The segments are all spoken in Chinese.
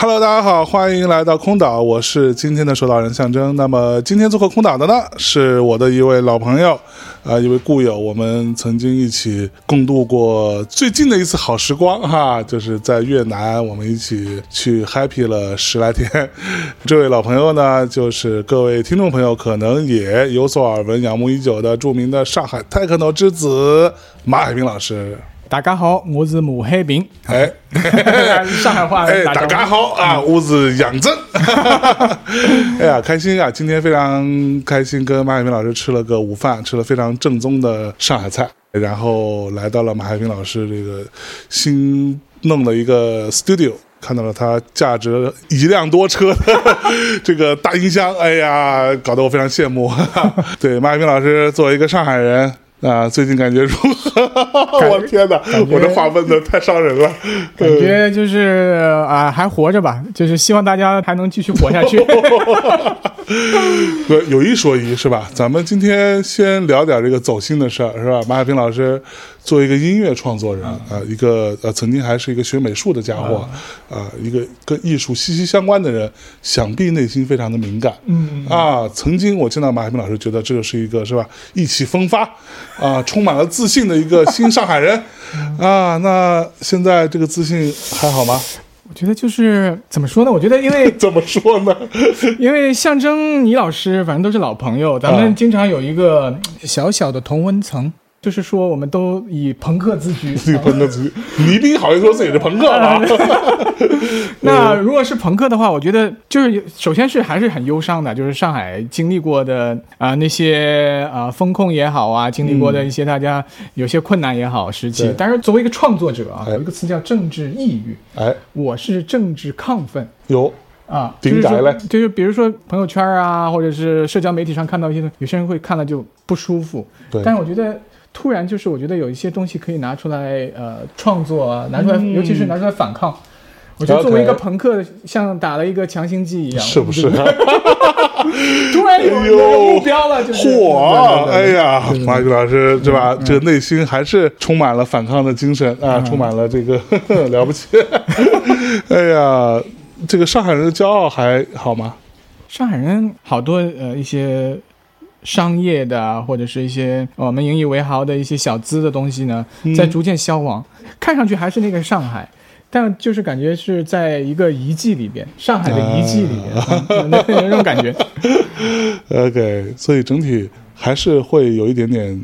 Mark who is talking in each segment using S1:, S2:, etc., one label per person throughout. S1: Hello，大家好，欢迎来到空岛，我是今天的守岛人象征。那么今天做客空岛的呢，是我的一位老朋友，啊、一位故友，我们曾经一起共度过最近的一次好时光哈，就是在越南，我们一起去 happy 了十来天。这位老朋友呢，就是各位听众朋友可能也有所耳闻、仰慕已久的著名的上海泰克诺之子马海平老师。
S2: 大家好，我是马海平，
S1: 哎，
S2: 上海话
S1: 哎，大家好啊，我是杨 真。哎呀，开心啊！今天非常开心，跟马海平老师吃了个午饭，吃了非常正宗的上海菜，然后来到了马海平老师这个新弄的一个 studio。看到了他价值一辆多车的 这个大音箱，哎呀，搞得我非常羡慕。 对，马海平老师作为一个上海人啊，最近感觉如何？ 我天哪，我这话问的太伤人了，
S2: 感觉就是啊、还活着吧，就是希望大家还能继续活 下去。
S1: 不，有一说一，是吧？咱们今天先聊点这个走心的事儿，是吧？马海平老师作为一个音乐创作人啊、一个呃曾经还是一个学美术的家伙啊、一个跟艺术息息相关的人，想必内心非常的敏感。嗯啊，曾经我见到马海平老师，觉得这就是一个是吧意气风发啊，充满了自信的一个新上海人啊。那现在这个自信还好吗？
S2: 我觉得就是怎么说呢？我觉得因为
S1: 怎么说呢？
S2: 因为象征倪老师，反正都是老朋友，咱
S1: 啊
S2: 们经常有一个小小的同温层，就是说我们都以朋克自居。
S1: 自己 朋克自己，倪斌好像说自己是朋克吧？
S2: 那如果是朋克的话，我觉得就是有首先是还是很忧伤的，就是上海经历过的啊、那些啊、风控也好啊，经历过的一些大家有些困难也好时期
S1: 对。
S2: 但是作为一个创作者啊，
S1: 哎
S2: 有一个词叫政治抑郁，
S1: 哎，
S2: 我是政治亢奋。
S1: 有
S2: 啊，就
S1: 顶
S2: 是
S1: 改
S2: 说
S1: 嘞
S2: 就是比如说朋友圈啊，或者是社交媒体上看到一些东西，有些人会看了就不舒服。
S1: 对
S2: 但是我觉得突然就是，我觉得有一些东西可以拿出来呃创作啊，拿出来，尤其是拿出来反抗。我觉得作为一个
S1: OK
S2: 朋克，像打了一个强心剂一样，
S1: 是不是
S2: 我？觉得？突然有一
S1: 哎呦
S2: 个目标了，就
S1: 嚯！
S2: 是对对对对嗯
S1: 哎呀，马宇老师，对吧？这个内心还是充满了反抗的精神
S2: 嗯
S1: 啊，充满了这个 了不起。哎呀，这个上海人的骄傲还好吗？
S2: 上海人好多呃一些商业的啊或者是一些呃我们引以为豪的一些小资的东西呢，
S1: 嗯
S2: 在逐渐消亡，看上去还是那个上海。但就是感觉是在一个遗迹里边，上海的遗迹里边，
S1: 啊
S2: 嗯嗯那种感觉。
S1: OK，所以整体还是会有一点点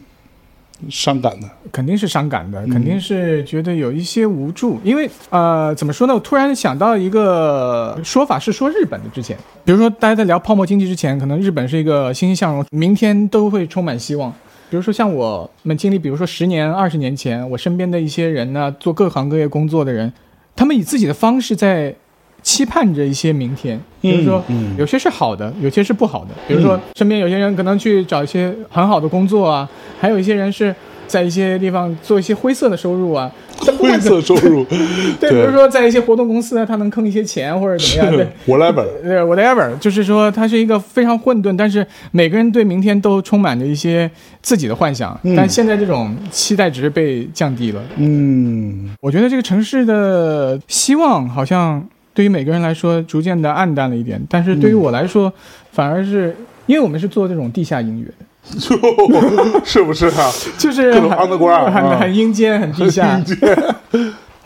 S1: 伤感的。
S2: 肯定是伤感的，肯定是觉得有一些无助，因为呃，怎么说呢？我突然想到一个说法，是说日本的之前，比如说大家在聊泡沫经济之前，可能日本是一个欣欣向荣，明天都会充满希望。比如说像我们经历，比如说十年、二十年前，我身边的一些人呢，做各行各业工作的人，他们以自己的方式在期盼着一些明天，比如说、
S1: 嗯嗯嗯
S2: 有些是好的，有些是不好的。比如说，身边有些人可能去找一些很好的工作啊，还有一些人是在一些地方做一些灰色的收 入啊。
S1: 灰色收 入，
S2: 对，比如说在一些活动公司呢，他能坑一些钱或者 怎么样。对，
S1: 我来本。
S2: 对，whatever，就是说它是一个非常混沌，但是每个人对明天都充满着一些自己的幻想。
S1: 嗯
S2: 但现在这种期待值被降低了，
S1: 嗯，
S2: 我觉得这个城市的希望好像对于每个人来说逐渐的暗淡了一点，但是对于我来说，反而是因为我们是做这种地下音乐的，
S1: 是不是啊？
S2: 就是
S1: 各种
S2: 很
S1: underground，啊
S2: 很很阴间、很地下。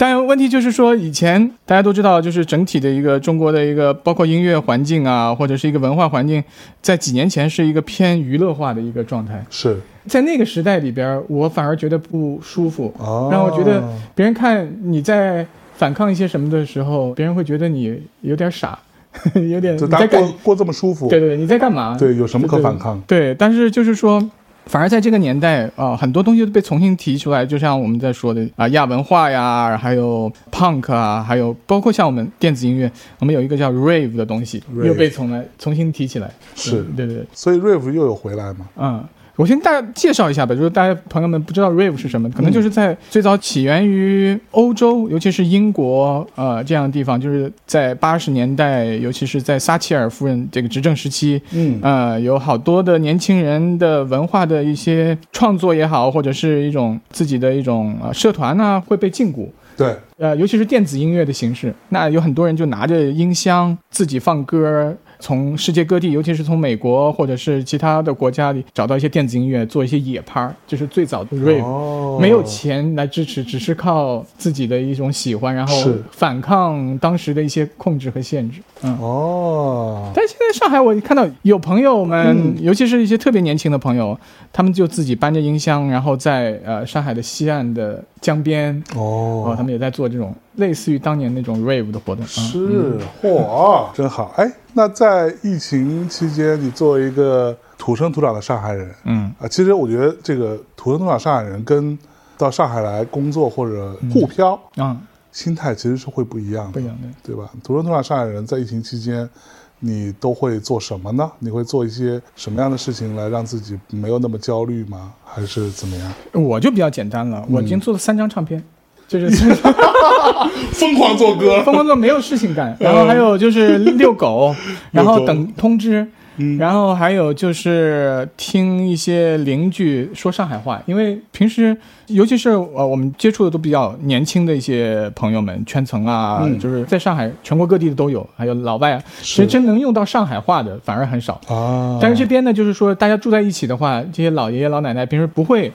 S2: 但问题就是说，以前大家都知道，就是整体的一个中国的一个，包括音乐环境啊，或者是一个文化环境，在几年前是一个偏娱乐化的一个状态。
S1: 是
S2: 在那个时代里边儿，我反而觉得不舒服，
S1: 哦
S2: 让我觉得别人看你在反抗一些什么的时候，别人会觉得你有点傻。 有点
S1: 就
S2: 呃你
S1: 大
S2: 在
S1: 家
S2: 干
S1: 过过这么舒服，
S2: 对对对，你在干嘛？
S1: 对有什么可反抗？
S2: 对，但是就是说，反而在这个年代，呃，很多东西都被重新提出来，就像我们在说的啊、亚文化呀，还有 punk 啊，还有包括像我们电子音乐，我们有一个叫 rave 的东西
S1: Rave
S2: 又被重来重新提起来。嗯
S1: 是
S2: 对对对，
S1: 所以 rave 又有回来嘛？
S2: 嗯。我先大概介绍一下吧，就是大家朋友们不知道 rave 是什么，可能就是在最早起源于欧洲，尤其是英国，呃，这样的地方，就是在八十年代，尤其是在撒切尔夫人这个执政时期，
S1: 嗯
S2: 呃，有好多的年轻人的文化的一些创作也好，或者是一种自己的一种呃社团呢、会被禁锢。
S1: 对，
S2: 呃，尤其是电子音乐的形式，那有很多人就拿着音箱自己放歌，从世界各地，尤其是从美国或者是其他的国家里找到一些电子音乐，做一些野拍儿，就是最早的 rave。
S1: 哦，
S2: 没有钱来支持，只是靠自己的一种喜欢，然后
S1: 是
S2: 反抗当时的一些控制和限制。嗯，
S1: 哦，
S2: 但现在上海，我看到有朋友们，
S1: 嗯
S2: 尤其是一些特别年轻的朋友，他们就自己搬着音箱，然后在呃上海的西岸的江边，哦，他
S1: 哦，
S2: 们也在做这种类似于当年那种 rave 的活动。嗯、
S1: 是嚯，真好！哎，那在疫情期间，你作为一个土生土长的上海人
S2: 嗯，
S1: 啊，其实我觉得这个土生土长上海人跟到上海来工作或者沪漂，
S2: 啊，
S1: 心态其实是会不一样
S2: 不
S1: 的
S2: 一，样的。
S1: 对吧？土生土长上海人在疫情期间，你都会做什么呢？你会做一些什么样的事情来让自己没有那么焦虑吗？还是怎么样？
S2: 我就比较简单了，我已经做了三张唱片， 就是
S1: 疯狂做歌，
S2: 疯狂做没有事情干，然后还有就是嗯 遛狗，嗯然后等通知。然后还有就是听一些邻居说上海话，因为平时尤其是呃我们接触的都比较年轻的一些朋友们，圈层啊，
S1: 嗯
S2: 就是在上海全国各地的都有，还有老外啊，其实真能用到上海话的反而很少。
S1: 啊，
S2: 但是这边呢，就是说大家住在一起的话，这些老爷爷老奶奶平时不会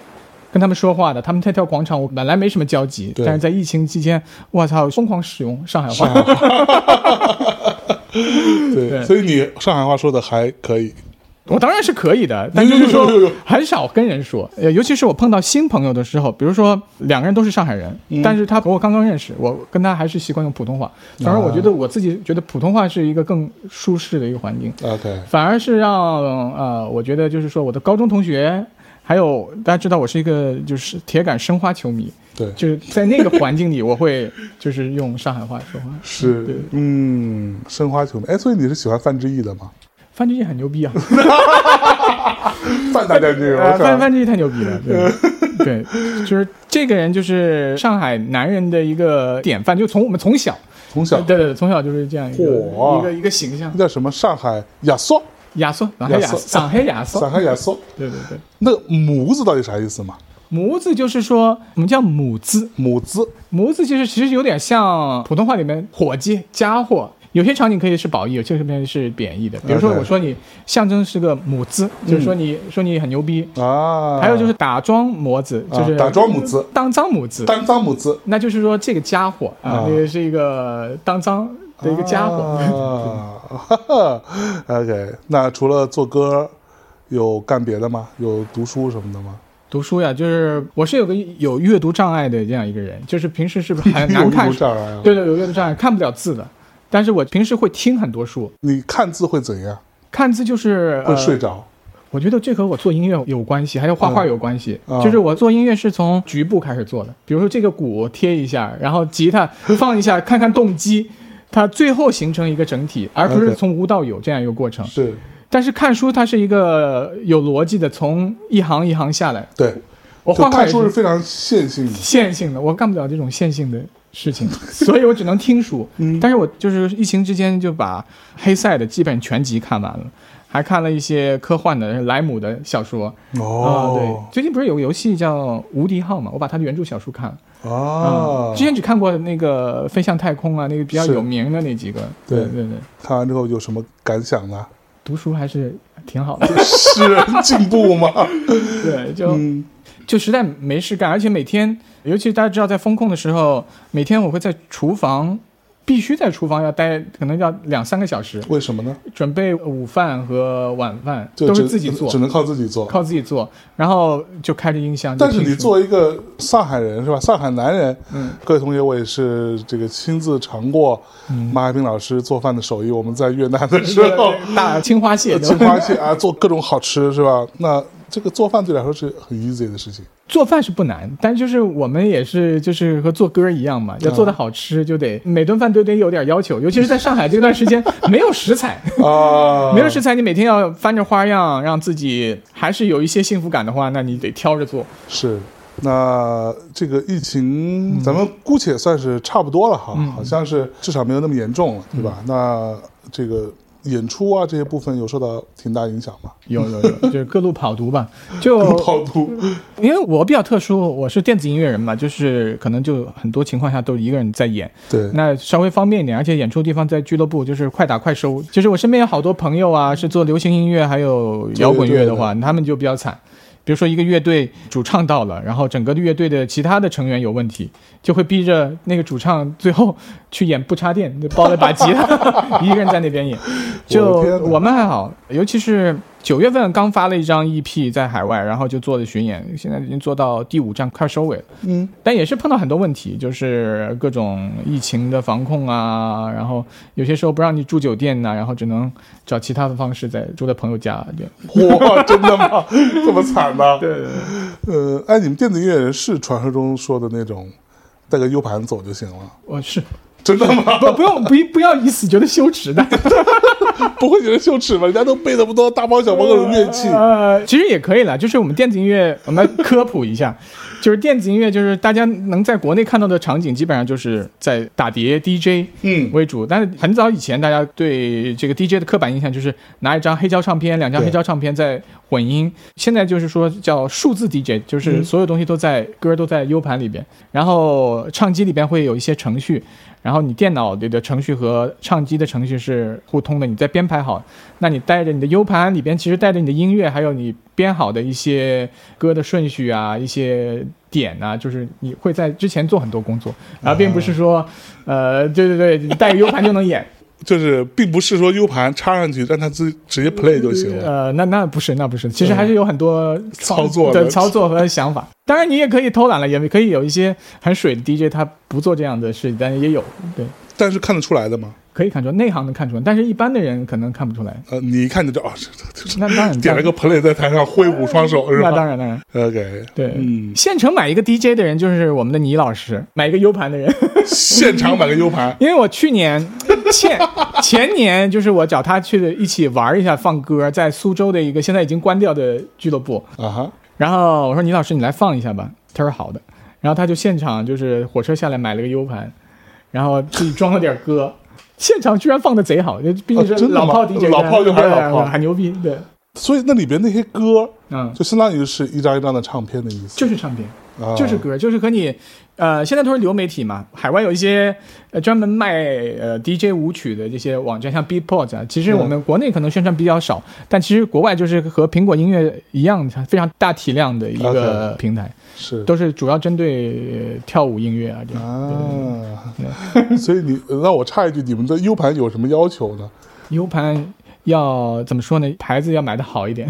S2: 跟他们说话的，他们在跳广场舞本来没什么交集，
S1: 对
S2: 但是在疫情期间，我操，疯狂使用上海话，
S1: 对，
S2: 对
S1: 所以你上海话说的还可以，
S2: 我当然是可以 的，但就是说
S1: 有有有有
S2: 很少跟人说，呃，尤其是我碰到新朋友的时候，比如说两个人都是上海人，
S1: 嗯
S2: 但是他和我刚刚认识，我跟他还是习惯用普通话，反
S1: 啊
S2: 而我觉得我自己觉得普通话是一个更舒适的一个环境。
S1: OK，
S2: 反而是让呃，我觉得就是说我的高中同学，还有大家知道我是一个就是铁杆申花球迷，
S1: 对，
S2: 就是在那个环境里，我会就是用上海话说话。对
S1: 是，嗯，申花球迷，哎，所以你是喜欢范志毅的吗？
S2: 范志毅很牛 逼啊，
S1: 范大将军，
S2: 呃
S1: 我
S2: 范
S1: 靠，
S2: 范志毅太牛逼了， 对对，就是这个人就是上海男人的一个典范，就从我们从小，
S1: 从小啊
S2: 对对对，从小就是这样一个
S1: 嚯
S2: 一个一个形象
S1: 那。叫什么上海亚索，
S2: 亚索，上海亚
S1: 亚索
S2: 索，上海亚
S1: 上
S2: 索，
S1: 海亚索，
S2: 对对对，
S1: 那母字到底啥意思嘛？
S2: 母字就是说我们叫母字，
S1: 母字
S2: 模字其实其实有点像普通话里面伙计、家伙。有些场景可以是褒义，有些面是贬义的。比如说，
S1: OK
S2: 我说你象征是个母字，就是说你、说你很牛逼。
S1: 嗯啊，
S2: 还有就是打桩模子，
S1: 啊
S2: 就是
S1: 打桩母子、
S2: 当脏母子，
S1: 担当母字
S2: 那就是说这个家伙啊
S1: 啊，
S2: 这个是一个当脏的一个家伙。
S1: 啊 哈哈，OK，那除了做歌，有干别的吗？有读书什么的吗？
S2: 读书呀，就是我是有个有阅读障碍的这样一个人，就是平时是很 难
S1: 有
S2: 看
S1: 读，障碍啊？
S2: 对对，有阅读障碍，看不了字的。但是我平时会听很多书，
S1: 你看字会怎样？
S2: 看字就是
S1: 会
S2: 呃
S1: 睡着？
S2: 我觉得这和我做音乐有关系，还有画画有关系。
S1: 嗯啊
S2: 就是我做音乐是从局部开始做的，比如说这个鼓贴一下，然后吉他放一下，看看动机，它最后形成一个整体，而不是
S1: OK
S2: 从无到有这样一个过程。
S1: 是，
S2: 但是看书它是一个有逻辑的，从一行一行下来。
S1: 对，
S2: 我
S1: 就嗯
S2: 画画
S1: 看
S2: 也
S1: 书是
S2: 是
S1: 非常线性的。
S2: 线性的，我干不了这种线性的 事情，所以我只能听书。
S1: 嗯
S2: 但是我就是疫情之间就把黑塞的基本全集看完了，还看了一些科幻的莱姆的小说。
S1: 哦
S2: 啊，对，最近不是有个游戏叫《无敌号》嘛，我把它的原著小说看了。
S1: 对啊，
S2: 之前只看过那个《飞向太空》啊，那个比较
S1: 是
S2: 有名的那几个。
S1: 对
S2: 对对对，
S1: 看完之后有什么感想呢？
S2: 读书还是挺好的。
S1: 是人进步 吗？
S2: 对，就、
S1: 嗯，
S2: 就实在没事干，而且每天，尤其大家知道在风控的时候，每天我会在厨房必须在厨房要待，可能要两三个小时，
S1: 为什么呢？
S2: 准备午饭和晚饭
S1: 就
S2: 都是
S1: 只
S2: 自己做
S1: 只，能靠自己做。
S2: 靠自己做，然后就开着音箱。
S1: 但是
S2: 就听
S1: 你
S2: 书，
S1: 作为一个上海人是吧？上海男人，
S2: 嗯
S1: 各位同学，我也是这个亲自尝过
S2: 嗯，
S1: 马海平老师做饭的手艺。我们在越南的时候，
S2: 大青花蟹， 对
S1: 青
S2: 吧
S1: 花蟹啊，做各种好吃是吧？那这个做饭对来说是很 easy 的事情。
S2: 做饭是不难，但就是我们也是就是和做歌一样嘛，要做的好吃就得每顿饭都得有点要求，尤其是在上海这段时间没有食材，
S1: 啊，
S2: 没有食材，你每天要翻着花样让自己还是有一些幸福感的话，那你得挑着做。
S1: 是。那这个疫情，咱们姑且算是差不多了哈，
S2: 嗯
S1: 好像是至少没有那么严重了，对吧？那这个演出啊这些部分有受到挺大影响吗？
S2: 有有有，就是各路跑读吧， 就
S1: 跑图
S2: 因为我比较特殊，我是电子音乐人嘛，就是可能就很多情况下都一个人在演，
S1: 对，
S2: 那稍微方便一点，而且演出地方在俱乐部，就是快打快收。就是我身边有好多朋友啊，是做流行音乐还有摇滚乐的话，他们就比较惨。比如说一个乐队主唱到了，然后整个的乐队的其他的成员有问题，就会逼着那个主唱最后去演不插电，就抱了把吉 他，一个人在那边演。就
S1: 我的天哪
S2: 我们还好，尤其是九月份刚发了一张 EP 在海外，然后就做的巡演，现在已经做到第五站快收尾了。
S1: 嗯，
S2: 但也是碰到很多问题，就是各种疫情的防控啊，然后有些时候不让你住酒店呐、然后只能找其他的方式在住在朋友家。对
S1: 哇， 真的吗？这么惨吗？
S2: 对
S1: 呃，哎，你们电子音乐人是传说中说的那种带个 U 盘走就行了，
S2: 我哦是
S1: 真的吗？
S2: 不不用不不要以此觉得羞耻的，
S1: 不会觉得羞耻吗？人家都背那么多大包小包各种乐器，
S2: 呃，其实也可以啦，就是我们电子音乐，我们科普一下， 就是电子音乐，就是大家能在国内看到的场景，基本上就是在打碟 DJ，
S1: 嗯
S2: 为主，但是很早以前，大家对这个 DJ 的刻板印象就是拿一张黑胶唱片、两张
S1: 对
S2: 黑胶唱片在混音。现在就是说叫数字 DJ，就是
S1: 嗯
S2: 所有东西都在、歌都在 U 盘里边，然后唱机里边会有一些程序，然后你电脑里的程序和唱机的程序是互通的，你再编排好。那你带着你的 U 盘里边，其实带着你的音乐，还有你编好的一些歌的顺序啊，一些点啊，就是你会在之前做很多工作，而并不是说，呃，对对对，你带个 U 盘就能演，
S1: 就是并不是说 U 盘插上去让它自直接 play 就行了。
S2: 呃，那那不是那不是，其实还是有很多
S1: 操作的
S2: 对操作和想法。当然，你也可以偷懒了，也可以有一些很水的 DJ，他不做这样的事，但也有对，
S1: 但是看得出来的嘛，
S2: 可以看出来内行能看出来，但是一般的人可能看不出 来。
S1: 呃，你一看就知道，哦，这这这
S2: 那当然，
S1: 点了个 play 在台上挥舞双手是吧
S2: 那当然当然。
S1: ？OK，
S2: 对，
S1: 嗯
S2: 县城买一个 DJ 的人就是我们的倪老师，买一个 U 盘的人。
S1: 现场买个 U 盘，
S2: 因为我去年前 前年就是我找他去的一起玩一下放歌，在苏州的一个现在已经关掉的俱乐部，
S1: 啊哈，
S2: 然后我说倪老师你来放一下吧，他说好的，然后他就现场就是火车下来买了个 U 盘，然后自己装了点歌。 现场居然放的贼好，因为毕竟
S1: 啊
S2: 是
S1: 真的
S2: 老
S1: 吗
S2: 炮 DJ，、
S1: 老炮就还是老炮
S2: 对很牛逼，对，
S1: 所以那里边那些歌
S2: 嗯，
S1: 就相当于是一张一张的唱片的意思，
S2: 就是唱片，
S1: 啊
S2: 就是歌，就是和你，呃，现在都是流媒体嘛，海外有一些呃专门卖呃 DJ 舞曲的这些网站，像 Beatport 啊，其实
S1: 嗯
S2: 我们国内可能宣传比较少，但其实国外就是和苹果音乐一样，它非常大体量的一个平台，
S1: 是
S2: 都是主要针对、呃跳舞音乐啊这样。
S1: 啊， 所以你那我插一句，你们的 U 盘有什么要求呢？
S2: U 盘要怎么说呢？牌子要买的好一点。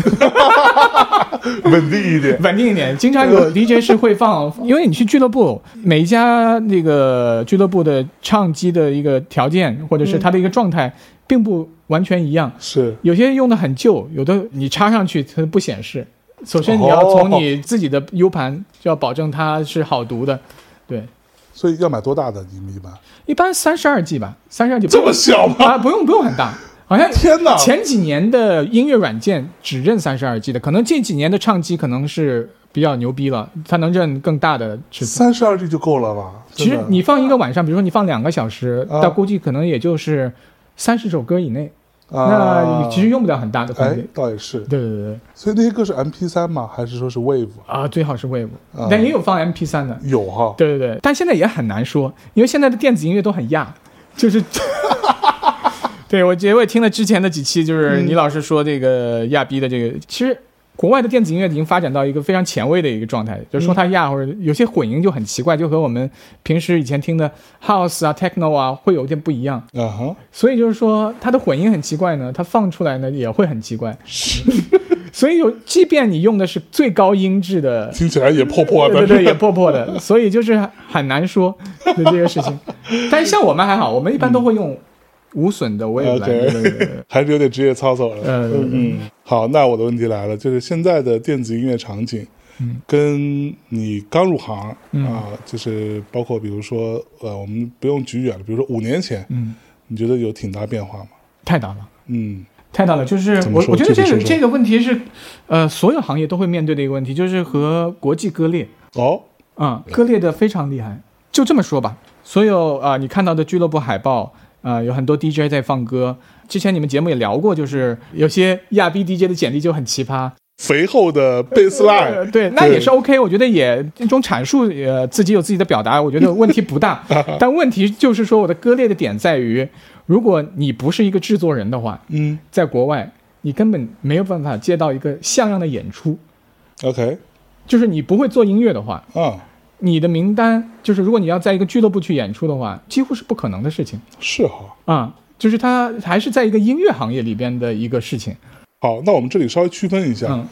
S1: 稳定一点，
S2: 稳定一点。经常有 DJ 是会放，因为你去俱乐部，每一家那个俱乐部的唱机的一个条件或
S1: 嗯
S2: 者是它的一个状态，并不完全一样。
S1: 是
S2: 有些用的很旧，有的你插上去它不显示。首先你要
S1: 哦
S2: 从你自己的 U 盘就要保证它是好读的，对，
S1: 所以要买多大的？你们一般
S2: 一般三十二 G 吧，三十二 G
S1: 这么小吗？
S2: 啊，不用不用很大，好像
S1: 天哪！
S2: 前几年的音乐软件只认三十二 G 的，可能近几年的唱机可能是比较牛逼了，它能认更大的尺寸。
S1: 三十二 G 就够了吧？
S2: 其实
S1: 真的
S2: 你放一个晚上，比如说你放两个小时，
S1: 啊
S2: 但估计可能也就是三十首歌以内，
S1: 啊
S2: 那其实用不了很大的空
S1: 哎
S2: 间。，
S1: 倒也是。
S2: 对对对对
S1: 所以那些歌是 M P 三吗？还是说是 Wave？
S2: 啊，最好是 Wave，、
S1: 啊
S2: 但也有放 MP 3的。
S1: 有哈，
S2: 对对对，但现在也很难说，因为现在的电子音乐都很亚，就是。 对，我觉得我也听了之前的几期，就是倪老师说这个亚逼的这个，其实国外的电子音乐已经发展到一个非常前卫的一个状态，就说它亚或者有些混音就很奇怪，就和我们平时以前听的 house 啊、techno 啊会有点不一样。
S1: 啊哈，
S2: 所以就是说，它的混音很奇怪呢，它放出来呢也会很奇怪。 所以有，即便你用的是最高音质的
S1: 听起来也破破的，
S2: 对对对，也破破的， 所以就是很难说对这个 事情。但是像我们还好，我们一般都会用无损的 wave 来。对
S1: 嗯 OK
S2: 对对对对
S1: 还是有点职业操守了。
S2: 呃，
S1: 嗯，好，那我的问题来了，就是现在的电子音乐场景，
S2: 嗯，
S1: 跟你刚入行、
S2: 嗯
S1: 啊，就是包括比如说，呃，我们不用举远了，比如说五年前，
S2: 嗯，
S1: 你觉得有挺大变化吗？
S2: 太大了。
S1: 嗯
S2: 太大了，就是
S1: 怎么
S2: 我
S1: 说
S2: 我觉得
S1: 具
S2: 这
S1: 体
S2: 个
S1: 说说
S2: 这个问题是，呃，所有行业都会面对的一个问题，就是和国际割裂
S1: 哦，
S2: 啊、割裂的非常厉害。就这么说吧，所有啊、呃你看到的俱乐部海报，啊，有很多 DJ 在放歌。之前你们节目也聊过，就是有些亚逼 DJ 的简历就很奇葩，
S1: 肥厚的贝斯
S2: 呃
S1: line，
S2: 对，那
S1: 对
S2: 也是 OK，我觉得也这种阐述，呃，自己有自己的表达，我觉得问题不 大。但问题就是说，我的割裂的点在于，如果你不是一个制作人的话，
S1: 嗯
S2: 在国外你根本没有办法接到一个像样的演出。
S1: ，OK，
S2: 就是你不会做音乐的话，
S1: 啊，
S2: 你的名单就是如果你要在一个俱乐部去演出的话，几乎是不可能的事情
S1: 是哈。
S2: 啊、就是它还是在一个音乐行业里边的一个事情。
S1: 好，那我们这里稍微区分一下，
S2: 嗯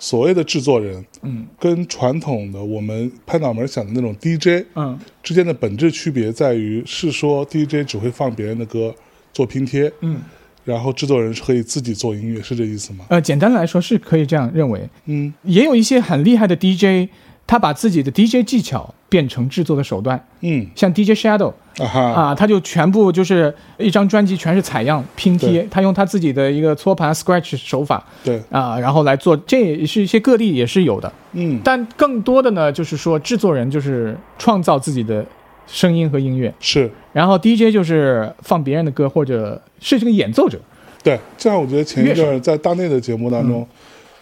S1: 所谓的制作人
S2: 嗯
S1: 跟传统的我们拍脑门想的那种 DJ
S2: 嗯
S1: 之间的本质区别在于，是说 DJ 只会放别人的歌做拼贴，
S2: 嗯，
S1: 然后制作人是可以自己做音乐，是这意思吗？
S2: 呃，简单来说是可以这样认为。
S1: 嗯，
S2: 也有一些很厉害的 DJ，他把自己的 DJ 技巧变成制作的手段，
S1: 嗯，
S2: 像 DJ Shadow
S1: 啊哈，
S2: 啊，他就全部就是一张专辑全是采样拼贴，他用他自己的一个搓盘 Scratch 手法
S1: 对，
S2: 啊，然后来做，这也是一些个例也是有的，
S1: 嗯，
S2: 但更多的呢，就是说制作人就是创造自己的声音和音乐，
S1: 是
S2: 然后 DJ 就是放别人的歌或者是这个演奏者，
S1: 对。这样我觉得前一
S2: 乐手
S1: 阵儿在大内的节目当中，
S2: 嗯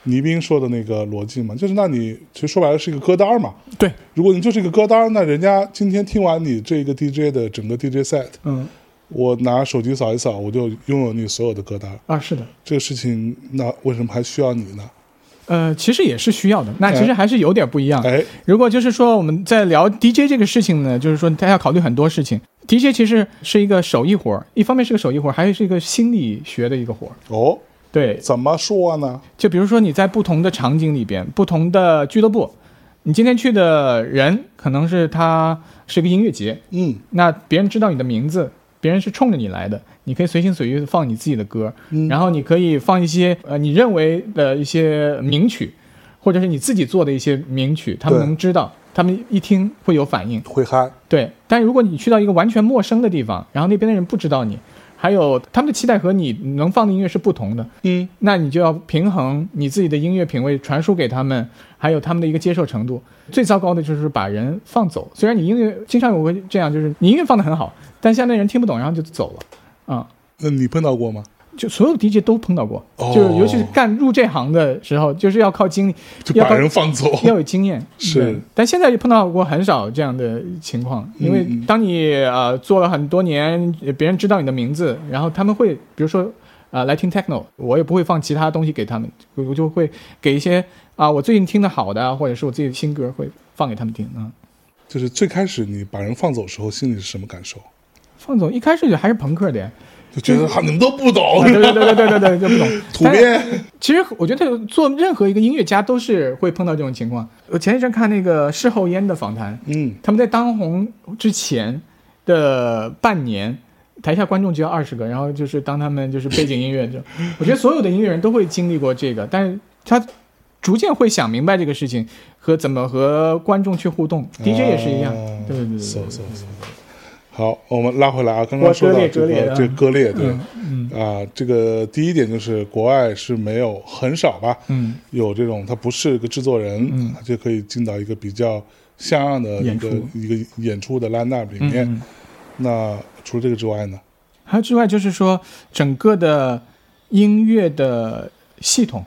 S1: 倪斌说的那个逻辑嘛，就是那你其实说白了是一个歌单儿嘛。
S2: 对，
S1: 如果你就是一个歌单儿，那人家今天听完你这个 DJ 的整个 DJ set，
S2: 嗯
S1: 我拿手机扫一扫，我就拥有你所有的歌单儿。
S2: 啊，是的。
S1: 这个事情，那为什么还需要你呢？
S2: 呃，其实也是需要的，那其实还是有点不一样。
S1: 哎，
S2: 如果就是说我们在聊 DJ 这个事情呢，就是说他要考虑很多事情。DJ 其实是一个手艺活儿，一方面是个手艺活儿，还有是一个心理学的一个活儿。
S1: 哦，
S2: 对，
S1: 怎么说呢？
S2: 就比如说你在不同的场景里边，不同的俱乐部，你今天去的人可能是他是一个音乐节，
S1: 嗯
S2: 那别人知道你的名字，别人是冲着你来的，你可以随心所欲地放你自己的歌，
S1: 嗯
S2: 然后你可以放一些呃你认为的一些名曲，或者是你自己做的一些名曲，他们
S1: 对
S2: 能知道，他们一听会有反应。
S1: 会嗨，
S2: 对，但如果你去到一个完全陌生的地方，然后那边的人不知道你，还有他们的期待和你能放的音乐是不同的，
S1: 嗯，
S2: 那你就要平衡你自己的音乐品味传输给他们，还有他们的一个接受程度。最糟糕的就是把人放走，虽然你音乐经常有会这样，就是你音乐放得很好，但下面人听不懂，然后就走了，啊、
S1: 那你碰到过吗？
S2: 就所有 DJ 都碰到过，
S1: 哦
S2: 就是尤其是干入这行的时候，就是要靠经历，
S1: 就
S2: 要
S1: 把
S2: 靠
S1: 人放走，
S2: 要有经验，
S1: 哦是
S2: 对但现在也碰到过很少这样的情况，因为
S1: 嗯嗯
S2: 当你呃做了很多年，呃别人知道你的名字，然后他们会比如说呃来听 techno，我也不会放其他东西给他们，我我就会给一些啊、我最近听的好的啊，或者是我自己的新歌会放给他们听啊。
S1: 就是最开始你把人放走的时候，心里是什么感受？
S2: 放总一开始就还是朋克的呀，
S1: 就觉得哈，你们都不懂
S2: 啊，对对对对对对，就不懂
S1: 土鳖，
S2: 其实我觉得做任何一个音乐家都是会碰到这种情况。我前一阵看那个事后烟的访谈，
S1: 嗯，
S2: 他们在当红之前的半年，台下观众只要二十个，然后就是当他们就是背景音 乐就，我觉得所有的音乐人都会经历过这个，但是他逐渐会想明白这个事情和怎么和观众去互动。DJ 也是一样，
S1: 啊
S2: 对对对对
S1: ，so
S2: 对
S1: so so。好，我们拉回来啊，刚刚说到这
S2: 割裂
S1: 个
S2: 割裂的
S1: 这个割裂，对
S2: 嗯嗯
S1: 啊，这个第一点就是国外是没有很少吧，
S2: 嗯，
S1: 有这种他不是个制作人，他就可以进到一个比较像样的一
S2: 演
S1: 个
S2: 出
S1: 一个演出的 line up 里
S2: 嗯
S1: 面。
S2: 嗯
S1: 那除了这个之外呢？
S2: 还有之外，就是说整个的音乐的系统，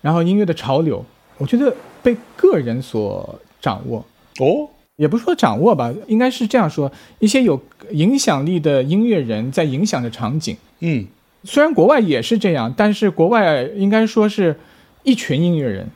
S2: 然后音乐的潮流，我觉得被个人所掌握，
S1: 哦，
S2: 也不是说掌握吧，应该是这样说：一些有影响力的音乐人在影响着场景。
S1: 嗯，
S2: 虽然国外也是这样，但是国外应该说是一群音乐人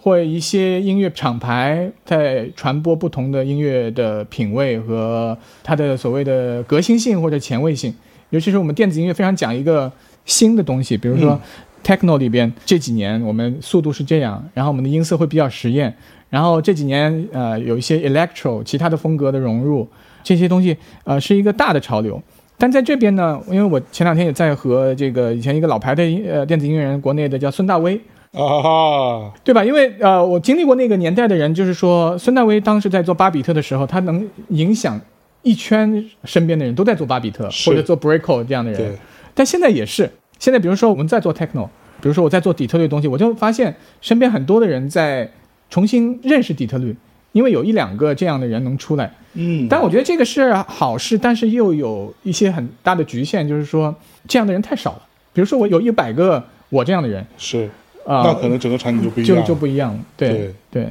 S2: 或一些音乐厂牌在传播不同的音乐的品味和它的所谓的革新性或者前卫性。尤其是我们电子音乐非常讲一个新的东西，比如说 techno 里边这几年我们速度是这样，然后我们的音色会比较实验，然后这几年呃有一些 electro 其他的风格的融入，这些东西呃是一个大的潮流。但在这边呢，因为我前两天也在和这个以前一个老牌的音呃电子音乐人，国内的叫孙大威，
S1: 啊，
S2: 对吧？因为呃，我经历过那个年代的人，就是说孙大威当时在做巴比特的时候，他能影响一圈身边的人都在做巴比特
S1: 是
S2: 或者做 breako 这样的人
S1: 对，，
S2: 但现在也是，现在比如说我们在做 techno，比如说我在做底特律的东西，我就发现身边很多的人在重新认识底特律，因为有一两个这样的人能出来。
S1: 嗯，
S2: 但我觉得这个是好事，但是又有一些很大的局限，就是说这样的人太少了。比如说我有一百个我这样的人
S1: 是，
S2: 啊、
S1: 那可能整个场景就不一样
S2: 就
S1: 了，
S2: 就不一样了。对
S1: 对
S2: 对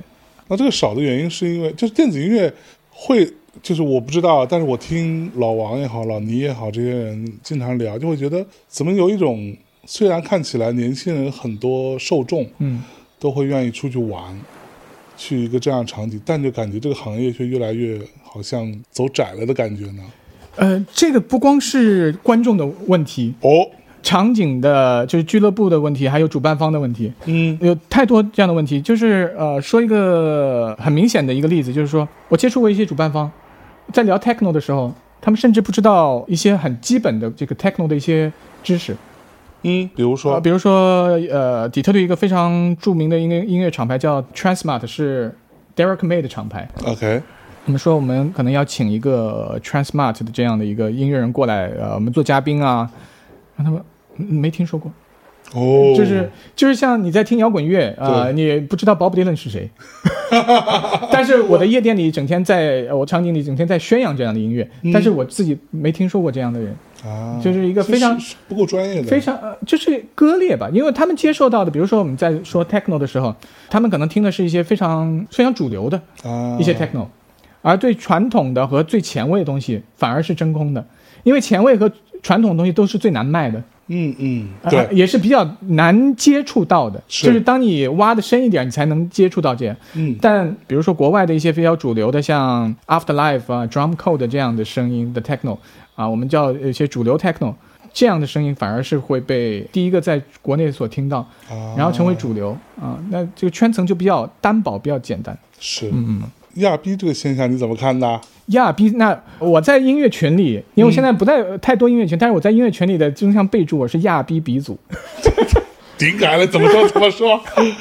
S1: 那这个少的原因是因为就是电子音乐会，就是我不知道，但是我听老王也好，老倪也好，这些人经常聊，就会觉得怎么有一种虽然看起来年轻人很多受众
S2: 嗯，
S1: 都会愿意出去玩，去一个这样的场景，但就感觉这个行业却越来越好像走窄了的感觉呢。
S2: 呃，这个不光是观众的问题，
S1: 哦，
S2: 场景的就是俱乐部的问题，还有主办方的问题，
S1: 嗯
S2: 有太多这样的问题。就是呃，说一个很明显的一个例子，就是说我接触过一些主办方，在聊 techno 的时候，他们甚至不知道一些很基本的这个 techno 的一些知识。
S1: 嗯，比如
S2: 啊，
S1: 说，
S2: 比如说呃，底特律一个非常著名的音乐音乐厂牌叫 Transmart，是 Derek May 的厂牌。
S1: OK，
S2: 我们说我们可能要请一个 Transmart 的这样的一个音乐人过来，呃，我们做嘉宾啊，让他们。嗯没听说过，
S1: 哦，
S2: 就是就是像你在听摇滚乐啊、呃
S1: 对
S2: 你也不知道 Bob Dylan 是谁，但是我的夜店里整天在，呃我场景里整天在宣扬这样的音乐，
S1: 嗯
S2: 但是我自己没听说过这样的人，
S1: 啊，
S2: 就是一个非常
S1: 是是不够专业的，
S2: 非常呃，就是割裂吧，因为他们接受到的，比如说我们在说 techno 的时候，他们可能听的是一些非常非常主流的
S1: 啊
S2: 一些 techno，、而对传统的和最前卫的东西反而是真空的，因为前卫和传统的东西都是最难卖的，
S1: 嗯嗯，
S2: 呃
S1: 对，
S2: 也是比较难接触到的，
S1: 是
S2: 就是当你挖的深一点，你才能接触到这样。
S1: 嗯
S2: 但比如说国外的一些比较主流的，像 Afterlife 啊、Drum Code 这样的声音的 techno 啊，我们叫一些主流 techno 这样的声音，反而是会被第一个在国内所听到，
S1: 啊，
S2: 然后成为主流啊。那这个圈层就比较单薄，比较简单。
S1: 是，
S2: 嗯嗯。
S1: 亚逼这个现象你怎么看呢？
S2: 亚逼，那我在音乐群里，因为我现在不在、太多音乐群，但是我在音乐群里的经常备注我是亚逼鼻祖。
S1: 顶改了，怎么说怎么 说？
S2: 没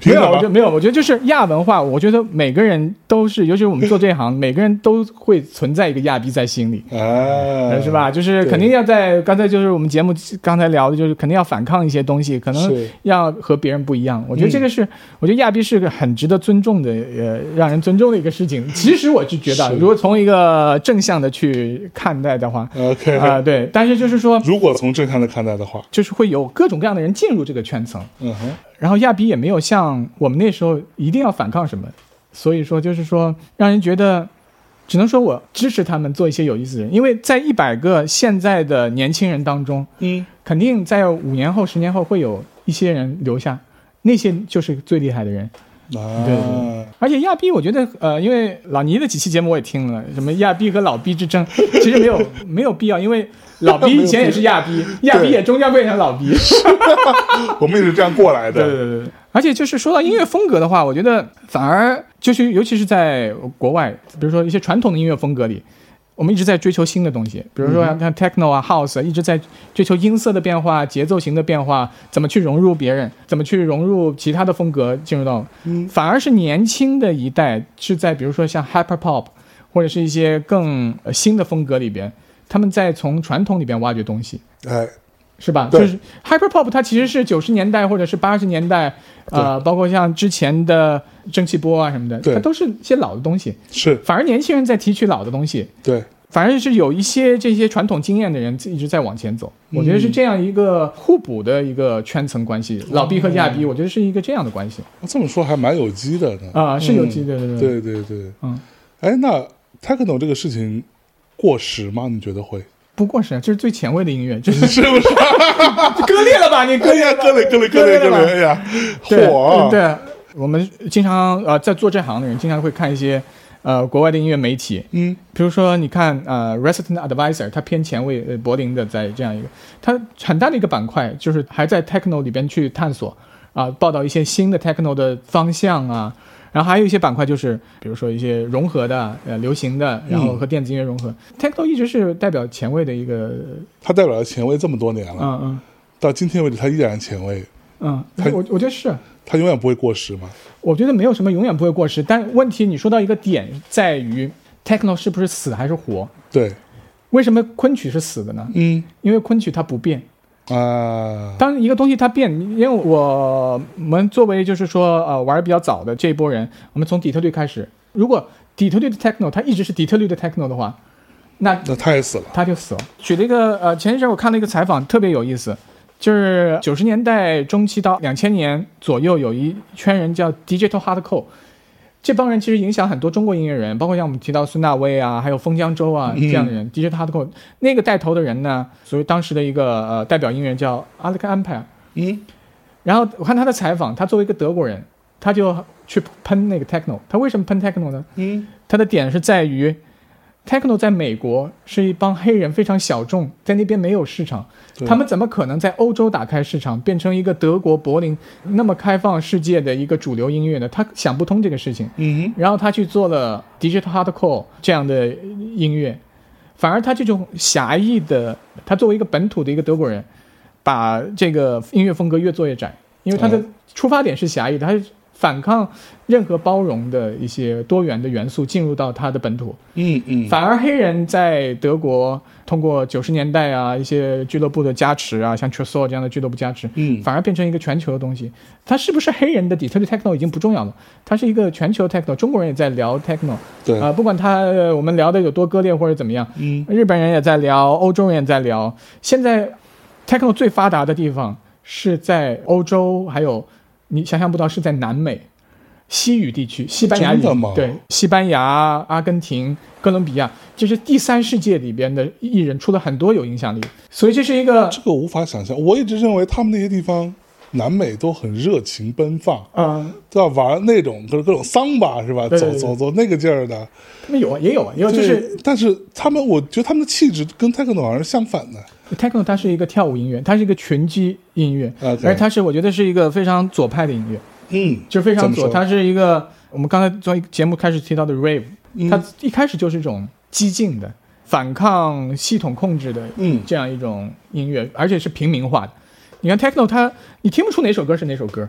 S1: 凭什
S2: 有，我觉得
S1: 么？
S2: 没有，我觉得就是亚文化，我觉得每个人都是，尤其是我们做这行，每个人都会存在一个亚逼在心里。
S1: 哎，
S2: 呃是？吧？就是
S1: 对
S2: 肯定要在刚才就是我们节目刚才聊的，就是肯定要反抗一些东西，可能
S1: 是
S2: 要和别人不一样。我觉得
S1: 嗯
S2: 这个是，我觉得亚逼是个很值得尊重的，呃，让人尊重的一个事情。其实我是觉得，啊
S1: 是
S2: 如果从一个正向的去看待的话，啊、
S1: OK，、
S2: 对，但是就是说，
S1: 如果从正向的看待的话，
S2: 就是会有各种各样的人进入这个圈层，
S1: 嗯哼，
S2: 然后亚比也没有像我们那时候一定要反抗什么，所以说就是说让人觉得，只能说我支持他们做一些有意思的人，因为在一百个现在的年轻人当中，
S1: 嗯，
S2: 肯定在五年后、十年后会有一些人留下，那些就是最厉害的人。
S1: 啊，
S2: 对对而且亚逼，我觉得呃，因为老倪的几期节目我也听了，什么亚逼和老逼之争，其实没有没有必要，因为老逼以前也是亚逼，亚逼也终将变成老逼。
S1: 我们也是这样过来的。
S2: 对对对。而且就是说到音乐风格的话，我觉得反而就是尤其是在国外，比如说一些传统的音乐风格里，我们一直在追求新的东西，比如说
S1: 嗯
S2: 像像 techno 啊、house 啊，一直在追求音色的变化、节奏型的变化，怎么去融入别人，怎么去融入其他的风格进入到，
S1: 嗯
S2: 反而是年轻的一代是在比如说像 hyper pop 或者是一些更呃新的风格里边，他们在从传统里边挖掘东西。
S1: 哎，
S2: 是吧？就
S1: 对
S2: 是 hyper pop，它其实是九十年代或者是八十年代，呃，包括像之前的蒸汽波啊什么的，
S1: 对
S2: 它都是一些老的东西。
S1: 是
S2: 反而年轻人在提取老的东西，
S1: 对，
S2: 反而是有一些这些传统经验的人一直在往前走。
S1: 嗯
S2: 我觉得是这样一个互补的一个圈层关系，老毕和
S1: 哦
S2: 亚逼，我觉得是一个这样的关系
S1: 这么说还蛮有机的呢。
S2: 啊、是有机的，
S1: 嗯对
S2: 对对对。
S1: 对对，
S2: 嗯，
S1: 哎，那 techno 这个事情过时吗？你觉得会？
S2: 不过是啊，这是最前卫的音乐，这是
S1: 是不是？
S2: 割裂了吧？你割
S1: 哎
S2: 裂
S1: 呀，
S2: 了吧，
S1: 各类各类各类各
S2: 了吧
S1: 类，哎呀，
S2: 对
S1: 火啊
S2: 嗯！对，我们经常呃，在做这行的人经常会看一些呃国外的音乐媒体，
S1: 嗯，
S2: 比如说你看呃，Resident Advisor，它偏前卫，呃，柏林的在这样一个，它很大的一个板块就是还在 techno 里边去探索啊、报道一些新的 techno 的方向啊。然后还有一些板块就是，比如说一些融合的、呃流行的，然后和电子音乐融合。techno 一直是代表前卫的一个，
S1: 它代表了前卫这么多年了，
S2: 嗯嗯
S1: 到今天为止，它依然前卫，
S2: 嗯，
S1: 它
S2: 我我觉得是，
S1: 它永远不会过时嘛。
S2: 我觉得没有什么永远不会过时，但问题你说到一个点在于，techno 是不是死还是活？
S1: 对，
S2: 为什么昆曲是死的呢？
S1: 嗯
S2: 因为昆曲它不变。
S1: 啊，
S2: 当一个东西它变，因为我们作为就是说呃玩儿比较早的这一波人，我们从底特律开始，如果底特律的 techno 它一直是底特律的 techno 的话，那
S1: 那它也死了。
S2: 他就死了。举了一个呃，前一阵我看了一个采访，特别有意思，就是九十年代中期到两千年左右，有一圈人叫 digital hardcore，这帮人其实影响很多中国音乐人，包括像我们提到孙大威啊，还有封江州啊这样的人。digital hardcore 那个带头的人呢，所谓当时的一个呃代表音乐人叫 Alex Ampere。
S1: 嗯，
S2: 然后我看他的采访，他作为一个德国人，他就去喷那个 techno。他为什么喷 techno 呢？
S1: 嗯，
S2: 它的点是在于，techno 在美国是一帮黑人非常小众，在那边没有市场，
S1: 对
S2: 他们怎么可能在欧洲打开市场，变成一个德国柏林那么开放世界的一个主流音乐呢？他想不通这个事情，
S1: 嗯
S2: 然后他去做了 digital hardcore 这样的音乐，反而他这种狭义的，他作为一个本土的一个德国人，把这个音乐风格越做越窄，因为他的出发点是狭义的，他是反抗任何包容的一些多元的元素进入到他的本土，
S1: 嗯嗯，
S2: 反而黑人在德国通过九十年代啊一些俱乐部的加持啊，像 t r e s o r 这样的俱乐部加持，
S1: 嗯
S2: 反而变成一个全球的东西。它是不是黑人的底特律 techno 已经不重要了，它是一个全球 techno。中国人也在聊 techno 啊、
S1: 对，
S2: 不管他呃我们聊的有多割裂或者怎么样，
S1: 嗯
S2: 日本人也在聊，欧洲人也在聊。现在 techno 最发达的地方是在欧洲，还有你想象不到是在南美。西语地区，西班牙语
S1: 真的吗
S2: 对，西班牙、阿根廷、哥伦比亚，这是第三世界里边的艺人出了很多有影响力，所以这是一个
S1: 这个无法想象。我一直认为他们那些地方，南美都很热情奔放，
S2: 嗯，
S1: 对吧？玩那种各各种桑巴是吧？
S2: 对对
S1: 走
S2: 对
S1: 走走那个劲儿的，
S2: 他们有啊，也有啊，也有，就
S1: 对
S2: 是，
S1: 但是他们，我觉得他们的气质跟 techno 好像是相反的。
S2: techno 它是一个跳舞音乐，它是一个拳击音乐，
S1: OK
S2: 而它是我觉得是一个非常左派的音乐，
S1: 嗯，
S2: 就是非常
S1: 怎么
S2: 左，
S1: 说
S2: 它是一个我们刚才从节目开始提到的 rave，
S1: 嗯
S2: 它一开始就是一种激进的、反抗系统控制的
S1: 嗯
S2: 这样一种音乐，而且是平民化的。你看 techno，它你听不出哪首歌是哪首歌。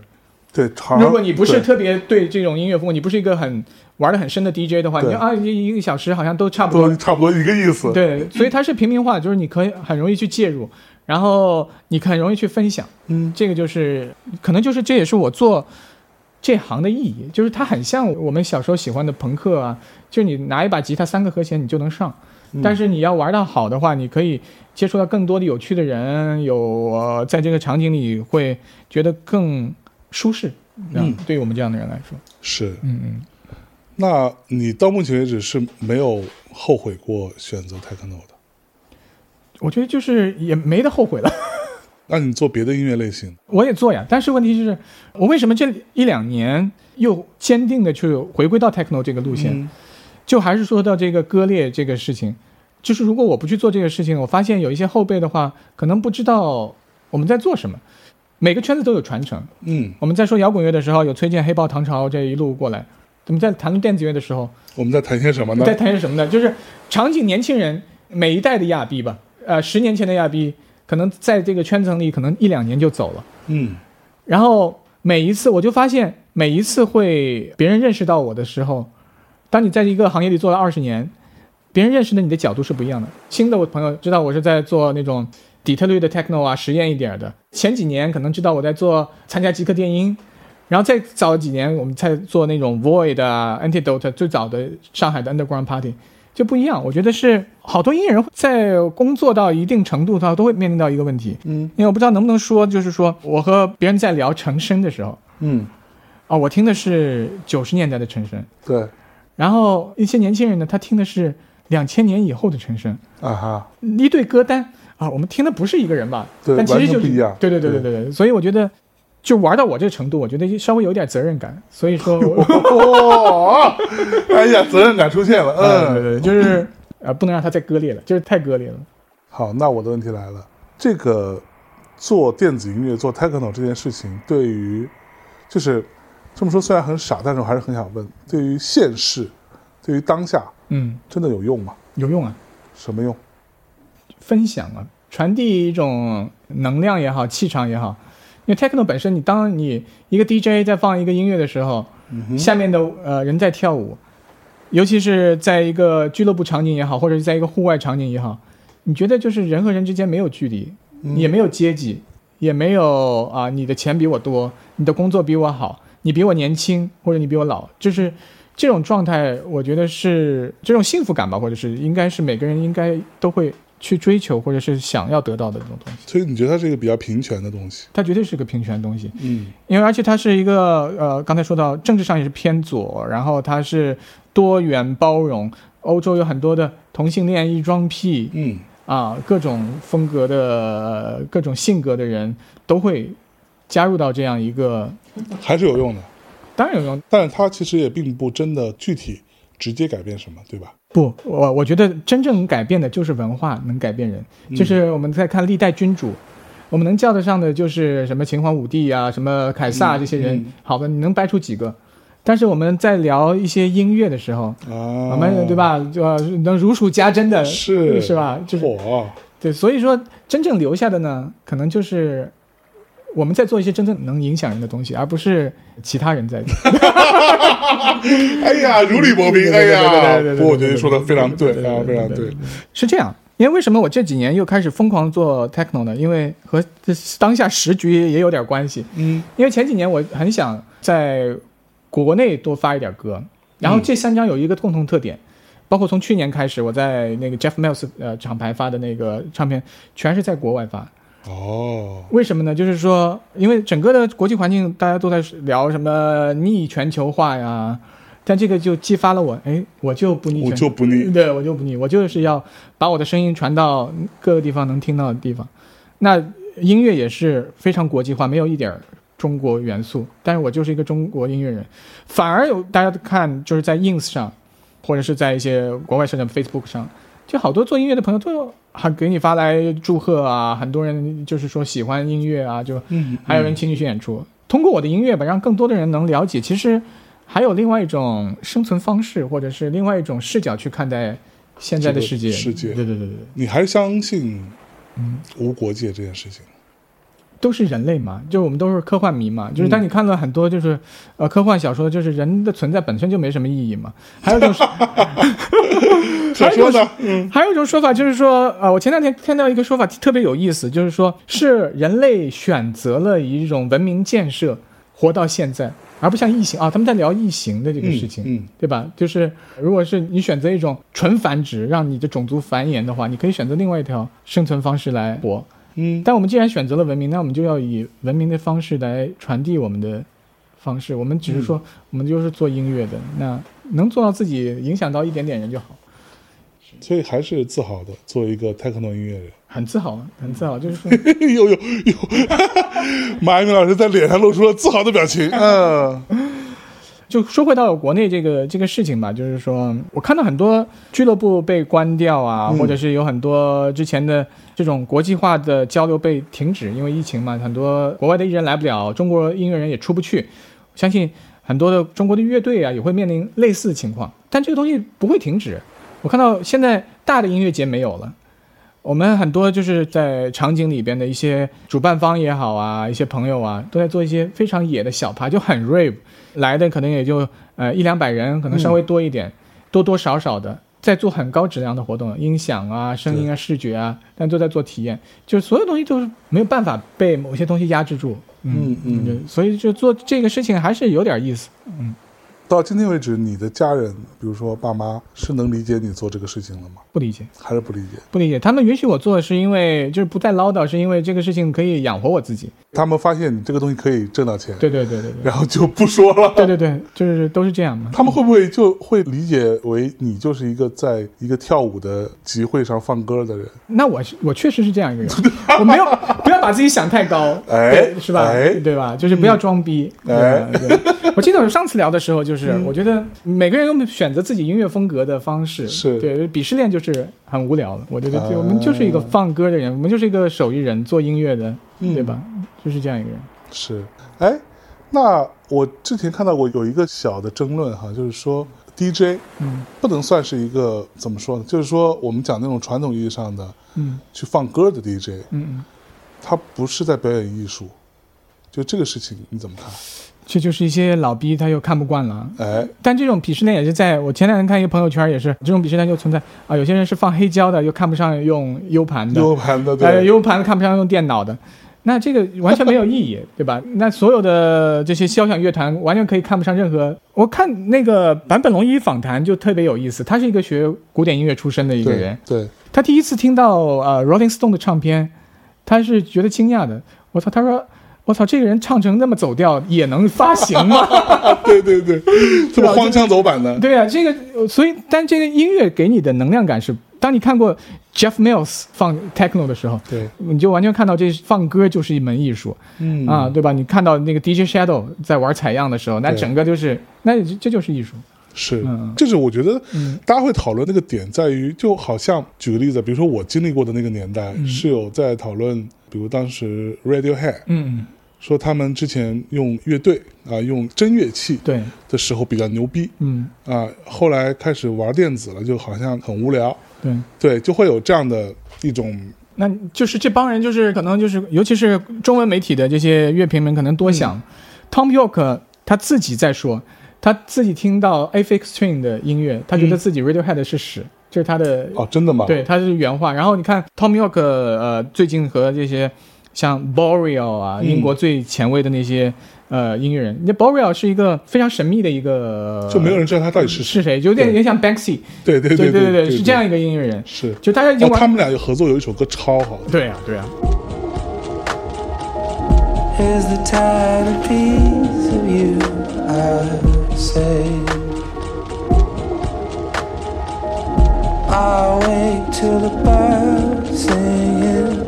S1: 对，好像
S2: 如果你不是
S1: 对
S2: 特别对这种音乐风格，你不是一个很玩的很深的 DJ 的话，你
S1: 对
S2: 就啊一一个小时好像都差不多
S1: 都差不多一个意思。
S2: 对，所以它是平民化，就是你可以很容易去介入，然后你很容易去分享，
S1: 嗯
S2: 这个就是可能就是这也是我做这行的意义，就是它很像我们小时候喜欢的朋克啊，就是你拿一把吉他三个和弦你就能上，
S1: 嗯
S2: 但是你要玩到好的话，你可以接触到更多的有趣的人，有、呃、在这个场景里会觉得更舒适，
S1: 嗯，
S2: 对于我们这样的人来说，
S1: 是。
S2: 嗯嗯。
S1: 那你到目前为止是没有后悔过选择 techno 的？
S2: 我觉得就是也没得后悔了，
S1: 那你做别的音乐类型？
S2: 我也做呀，但是问题就是，我为什么这一两年又坚定的去回归到 techno 这个路线？
S1: 嗯
S2: 就还是说到这个割裂这个事情，就是如果我不去做这个事情，我发现有一些后辈的话，可能不知道我们在做什么。每个圈子都有传承。
S1: 嗯，
S2: 我们在说摇滚乐的时候，有崔健、黑豹、唐朝这一路过来。我们在谈论电子乐的时候，
S1: 我们在谈些什么呢？
S2: 在谈些什么呢？就是场景年轻人每一代的亚逼吧，呃，十年前的亚逼，可能在这个圈层里，可能一两年就走了。
S1: 嗯
S2: 然后每一次我就发现，每一次会别人认识到我的时候，当你在一个行业里做了二十年，别人认识的你的角度是不一样的。新的我朋友知道我是在做那种底特律的 techno 啊，实验一点儿的。前几年可能知道我在做参加极客电音，然后再早几年我们在做那种 void 啊、antidote 最早的上海的 underground party。就不一样，我觉得是好多音乐人在工作到一定程度上都会面临到一个问题，
S1: 嗯
S2: 因为我不知道能不能说，就是说我和别人在聊陈升的时候，
S1: 嗯，
S2: 啊、我听的是九十年代的陈升，
S1: 对，
S2: 然后一些年轻人呢，他听的是两千年以后的陈升，
S1: 啊哈，
S2: 一对歌单啊，我们听的不是一个人吧？
S1: 对
S2: 但其实
S1: 完全
S2: 就是
S1: 不一样
S2: 对对对对对对，所以我觉得。就玩到我这程度，我觉得稍微有点责任感，所以说我，
S1: 哦， 哎呀，责任感出现了，
S2: 嗯，
S1: 嗯，
S2: 对对，对就是呃，不能让它再割裂了，就是太割裂了。
S1: 好，那我的问题来了，这个做电子音乐、做 techno 这件事情，对于就是这么说虽然很傻，但是我还是很想问，对于现世，对于当下，
S2: 嗯，
S1: 真的有用吗？
S2: 有用啊，
S1: 什么用？
S2: 分享啊，传递一种能量也好，气场也好。因为 techno 本身，你当你一个 DJ 在放一个音乐的时候，
S1: 嗯哼，
S2: 下面的呃人在跳舞，尤其是在一个俱乐部场景也好，或者是在一个户外场景也好，你觉得就是人和人之间没有距离，
S1: 嗯
S2: 也没有阶级，也没有啊、你的钱比我多，你的工作比我好，你比我年轻或者你比我老，就是这种状态，我觉得是这种幸福感吧，或者是应该是每个人应该都会去追求或者是想要得到的这种东西，
S1: 所以你觉得它是一个比较平权的东西？
S2: 它绝对是个平权的东西。
S1: 嗯
S2: 因为而且它是一个呃，刚才说到政治上也是偏左，然后它是多元包容，欧洲有很多的同性恋、异装癖
S1: 嗯
S2: 啊，各种风格的、呃各种性格的人都会加入到这样一个，
S1: 还是有用的，
S2: 当然有用。
S1: 但是它其实也并不真的具体直接改变什么，对吧？
S2: 不，我我觉得真正改变的就是文化能改变人，
S1: 嗯
S2: 就是我们在看历代君主，我们能叫得上的就是什么秦皇武帝啊，什么凯撒这些人，
S1: 嗯嗯
S2: 好的，你能掰出几个？但是我们在聊一些音乐的时候，
S1: 啊，
S2: 我们对？吧？就呃能如数家珍的，
S1: 是
S2: 是吧？就是
S1: 火，
S2: 对，所以说真正留下的呢，可能就是我们在做一些真正能影响人的东西，而不是其他人在做。
S1: 哎呀，如履薄冰，哎
S2: 对对对
S1: 呀
S2: 对对对对对，对
S1: 不过我觉得你说的非常对
S2: 对对对
S1: 啊，非
S2: 对对
S1: 常
S2: 对
S1: 对。
S2: 是这样，因为为什么我这几年又开始疯狂做 techno 呢？因为和这当下时局也有点关系。
S1: 嗯，
S2: 因为前几年我很想在国内多发一点歌，然后这三张有一个共同特点，包括从去年开始我在那个 Jeff Mills 呃厂牌发的那个唱片，全是在国外发。
S1: 哦，
S2: 为什么呢？就是说，因为整个的国际环境大家都在聊什么逆全球化呀，但这个就激发了我，哎，我就不逆
S1: 我
S2: 全
S1: 就不腻。
S2: 对我就不腻，我就是要把我的声音传到各个地方能听到的地方。那音乐也是非常国际化，没有一点儿中国元素，但是我就是一个中国音乐人，反而有大家看就是在 ins 上，或者是在一些国外社交 Facebook 上，就好多做音乐的朋友都还给你发来祝贺啊，很多人就是说喜欢音乐啊，就
S1: 嗯
S2: 还有人请你去演出。通过我的音乐吧，让更多的人能了解，其实还有另外一种生存方式，或者是另外一种视角去看待现在的世界。
S1: 这个世界
S2: 对对对对对，
S1: 你还是相信
S2: 嗯
S1: 无国界这件事情？
S2: 都是人类嘛，就是我们都是科幻迷嘛，就是
S1: 嗯
S2: 当你看了很多就是、呃科幻小说，就是人的存在本身就没什么意义嘛。还有一种说
S1: 可说呢，
S2: 嗯还有一种说法就是说，呃，我前两天看到一个说法特别有意思，就是说是人类选择了一种文明建设活到现在，而不像异形啊，他们在聊异形的这个事情，
S1: 嗯嗯
S2: 对吧？就是如果是你选择一种纯繁殖，让你的种族繁衍的话，你可以选择另外一条生存方式来活。
S1: 嗯，
S2: 但我们既然选择了文明，那我们就要以文明的方式来传递我们的方式。我们只是说，我们就是做音乐的，那能做到自己影响到一点点人就好。
S1: 所以还是自豪的，作为一个 techno 音乐人。
S2: 很自豪，很自豪，就是说，
S1: 有有有， 马一鸣老师在脸上露出了自豪的表情。嗯
S2: 就说回到国内这个这个事情吧，就是说我看到很多俱乐部被关掉啊，
S1: 嗯
S2: 或者是有很多之前的这种国际化的交流被停止，因为疫情嘛，很多国外的艺人来不了，中国音乐人也出不去。我相信很多的中国的乐队啊也会面临类似的情况，但这个东西不会停止。我看到现在大的音乐节没有了。我们很多就是在场景里边的一些主办方也好啊，一些朋友啊，都在做一些非常野的小趴，就很 rave，来的可能也就呃一两百人，可能稍微多一点，多多少少的在做很高质量的活动，音响啊、声音啊、视觉啊，但都在做体验，就是所有东西都是没有办法被某些东西压制住。
S1: 嗯嗯，
S2: 对所以就做这个事情还是有点意思。
S1: 到今天为止，你的家人，比如说爸妈，是能理解你做这个事情了吗？
S2: 不理解，
S1: 还是不理解。
S2: 不理解。他们允许我做，是因为就是不再唠叨，是因为这个事情可以养活我自己。
S1: 他们发现你这个东西可以挣到钱，
S2: 对对对对对
S1: 然后就不说了。
S2: 对对对，就是都是这样嘛。
S1: 他们会不会就会理解为你就是一个在一个跳舞的集会上放歌的人？
S2: 那我是我确实是这样一个人， 我 没有不要把自己想太高，
S1: 哎
S2: 对是吧、
S1: 哎
S2: 对吧？就是不要装逼。对
S1: 哎嗯
S2: 对我记得我上次聊的时候，就是、我觉得每个人有选择自己音乐风格的方式，
S1: 是啊
S2: 对鄙视链就是很无聊了。我觉得对我们就是一个放歌的人，我们就是一个手艺人，做音乐的，
S1: 嗯
S2: 对吧？就是这样一个人。
S1: 是，哎，那我之前看到过有一个小的争论哈，就是说 DJ
S2: 嗯
S1: 不能算是一个怎么说呢？就是说我们讲那种传统意义上的
S2: 嗯
S1: 去放歌的 DJ，
S2: 嗯嗯，
S1: 他不是在表演艺术。就这个事情你怎么看？
S2: 这就是一些老逼他又看不惯了。
S1: 哎，
S2: 但这种鄙视链也是在我前两天看一个朋友圈，也是这种鄙视链就存在啊。有些人是放黑胶的，又看不上用 U 盘的，
S1: ，U 盘的
S2: 呃
S1: 对，
S2: ，U 盘看不上用电脑的，那这个完全没有意 义，对吧？那所有的这些交响乐团完全可以看不上任何。我看那个坂本龙一访谈就特别有意思，他是一个学古典音乐出身的一个人
S1: 对，对，
S2: 他第一次听到呃 Rolling Stone 的唱片，他是觉得惊讶的。我操，他说。我操，这个人唱成那么走调也能发行吗？
S1: 对对对，
S2: 啊
S1: 这么荒腔走板的，
S2: 对啊，这个所以，但这个音乐给你的能量感是，当你看过 Jeff Mills 放 techno 的时候，
S1: 对，
S2: 你就完全看到这放歌就是一门艺术、
S1: 嗯
S2: 啊，，对吧？你看到那个 DJ Shadow 在玩采样的时候，那
S1: 对
S2: 整个就是，那这这就是艺术。
S1: 是
S2: 嗯，
S1: 就是我觉得
S2: 嗯
S1: 大家会讨论那个点在于，就好像举个例子，比如说我经历过的那个年代
S2: 嗯
S1: 是有在讨论，比如当时 Radiohead
S2: 嗯，
S1: 说他们之前用乐队啊、用真乐器
S2: 对，
S1: 的时候比较牛逼
S2: 嗯
S1: 啊、后来开始玩电子了，就好像很无聊，
S2: 对。
S1: 对，就会有这样的一种
S2: 那就是这帮人就是可能就是，尤其是中文媒体的这些乐评们可能多
S1: 嗯
S2: 想。Tom York 他自己在说，他自己听到 Aphex Twin 的音乐，他觉得
S1: 嗯
S2: 自己 Radiohead 是屎，这是他的
S1: 哦，真的吗？
S2: 对，他是原话。然后你看 Tom York，呃，最近和这些像 Boreal 啊，
S1: 嗯
S2: 英国最前卫的那些、呃音乐人，那 Boreal 是一个非常神秘的一个，呃
S1: 就没有人知道他到底是谁。
S2: 是谁，就有点有
S1: 对
S2: 点像 Banksy，
S1: 对对对
S2: 对对
S1: 对，
S2: 是这样一个音乐人，
S1: 是。
S2: 就大家已经
S1: 哦，
S2: 玩。
S1: 他们俩有合作，有一首歌超好听。
S2: 对呀、啊对呀、
S3: Here's the tiny piece of you I saved. I'll wait till the birds singing.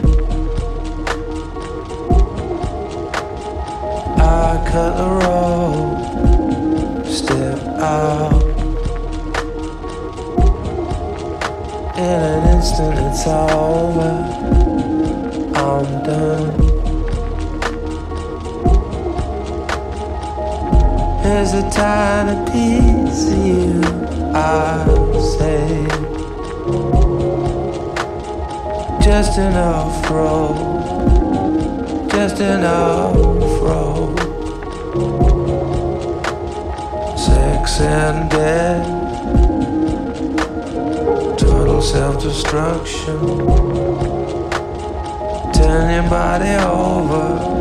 S3: I cut the rope, step out. In an instant, it's over. I'm done. Here's a tiny piece of you I'll save. Just enough rope, just enough rope. Sex and death, total self-destruction. Turn your body over.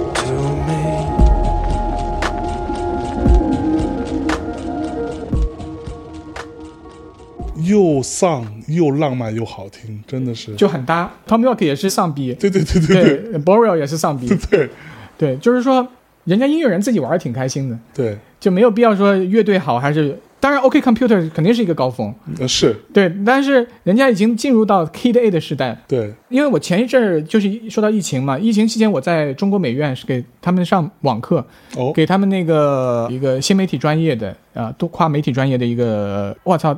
S3: to me.
S1: 又丧又浪漫又好听，真的是。
S2: 就很搭。Tom York 也是丧逼，
S1: 对对对对对
S2: 对 Boreal 也是 丧逼，
S1: 对
S2: 对，就是说人家音乐人自己玩的挺开心的，
S1: 对
S2: 就没有必要说乐队好还是。当然，OK Computer 肯定是一个高峰，
S1: 呃，是，
S2: 对，但是人家已经进入到 Kid A 的时代，
S1: 对，
S2: 因为我前一阵儿就是说到疫情嘛，疫情期间我在中国美院是给他们上网课，
S1: 哦，
S2: 给他们那个一个新媒体专业的啊、多跨媒体专业的一个，我操，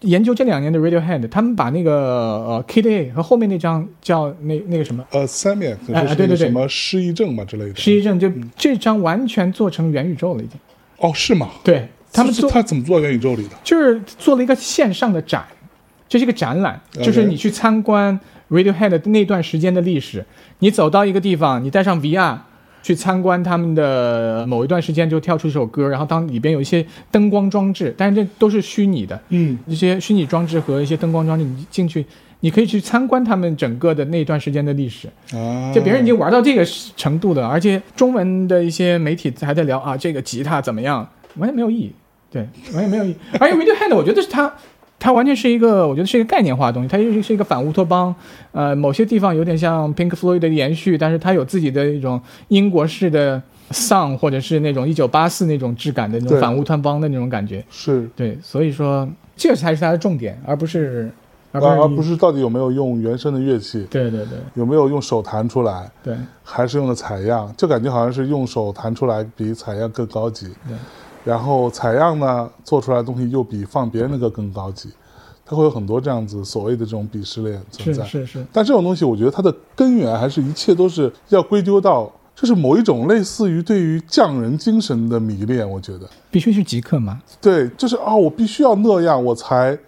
S2: 研究这两年的 Radiohead，他们把那个呃 Kid A 和后面那张叫那那个什么
S1: 呃，Samia
S2: 哎
S1: 就是那
S2: 对对
S1: 个
S2: 对
S1: 什么失忆症嘛之类的。
S2: 失忆症，就
S1: 嗯
S2: 这张完全做成元宇宙了已经。
S1: 哦，是吗？
S2: 对他们
S1: 是
S2: 做
S1: 他怎么做到元宇宙里的？
S2: 就是做了一个线上的展，这是一个展览，
S1: OK
S2: 就是你去参观 Radiohead 的那段时间的历史。你走到一个地方，你带上 VR 去参观他们的某一段时间，就跳出一首歌，然后当里边有一些灯光装置，但是这都是虚拟的，
S1: 嗯，
S2: 一些虚拟装置和一些灯光装置，你进去。你可以去参观他们整个的那段时间的历史，
S1: 啊，
S2: 就别人已经玩到这个程度了，而且中文的一些媒体还在聊啊，这个吉他怎么样完全没有意义，对，完哎全没有意义。而且 Radiohead 我觉得是它，它完全是一个，我觉得是一个概念化的东西，它就是是一个反乌托邦，呃，某些地方有点像 Pink Floyd 的延续，但是它有自己的一种英国式的 song，或者是那种一九八四那种质感的那种
S1: 对
S2: 反乌托邦的那种感觉。
S1: 是，
S2: 对，所以说这才是它的重点，而不是，而不是,、
S1: 啊而而不是到底有没有用原声的乐器，
S2: 对对对
S1: 有没有用手弹出来，
S2: 对
S1: 还是用的采样，就感觉好像是用手弹出来比采样更高级。
S2: 对
S1: 然后采样呢，做出来的东西又比放别人的歌更高级，它会有很多这样子所谓的这种鄙视链存
S2: 是
S1: 在。
S2: 是是，
S1: 但这种东西，我觉得它的根源还是一切都是要归咎到，就是某一种类似于对于匠人精神的迷恋。我觉得，
S2: 必须是极客嘛，
S1: 对，就是啊，我必须要那样，我才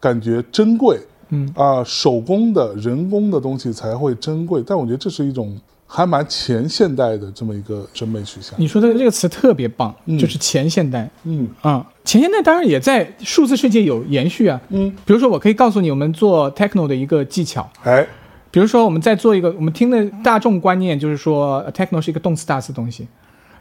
S1: 感觉珍贵
S2: 嗯，
S1: 啊，手工的、人工的东西才会珍贵。但我觉得这是一种还蛮前现代的这么一个审美取向。
S2: 你说的这个词特别棒，
S1: 嗯
S2: 就是前现代。
S1: 嗯
S2: 啊、前现代当然也在数字世界有延续啊。
S1: 嗯，
S2: 比如说，我可以告诉你我们做 techno 的一个技巧。
S1: 哎，
S2: 比如说，我们在做一个我们听的大众观念就是说呃，techno 是一个动次打次的东西，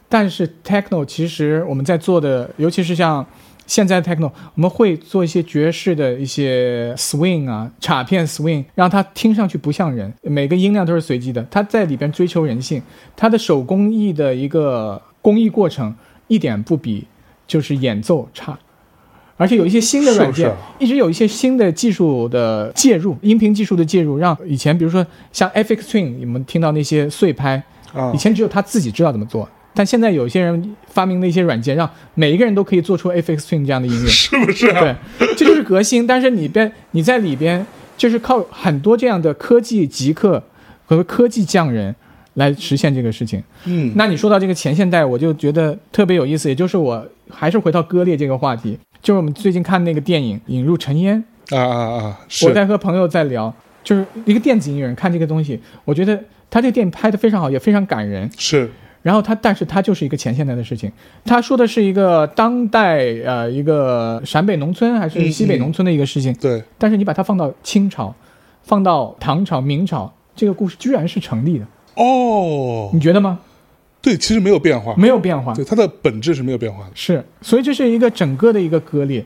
S2: 但是 techno 其实我们在做的，尤其是像现在 techno，我们会做一些爵士的一些 swing 啊，镲片 swing，让它听上去不像人，每个音量都是随机的，它在里边追求人性，它的手工艺的一个工艺过程一点不比就是演奏差。而且有一些新的软
S1: 是
S2: 件，
S1: 不是啊
S2: 一直有一些新的技术的介入，音频技术的介入，让以前比如说像 FX Twin，你们听到那些碎拍，
S1: 啊
S2: 以，前只有他自己知道怎么做，但现在有些人发明了一些软件，让每一个人都可以做出 FX Twin 这样的音乐，是不是、对，这就是革新。但是里边你在里边就是靠很多这样的科技极客和科技匠人来实现这个事情。
S1: 嗯，
S2: 那你说到这个前现代，我就觉得特别有意思，也就是我还是回到割裂这个话题，就是我们最近看那个电影《引入尘烟》，
S1: 啊啊啊，
S2: 我
S1: 是，
S2: 在和朋友在聊，就是一个电子音乐人看这个东西，我觉得他这个电影拍得非常好，也非常感人。
S1: 是，
S2: 然后他，但是他就是一个前现代的事情。他说的是一个当代呃一个陕北农村还是西北农村的一个事情，
S1: 对，
S2: 但是你把它放到清朝，放到唐朝、明朝，这个故事居然是成立的，
S1: 哦
S2: 你，觉得吗？
S1: 对，其实没有变化，
S2: 没有变化
S1: 对，，它的本质是没有变化的。
S2: 是，所以这是一个整个的一个割裂。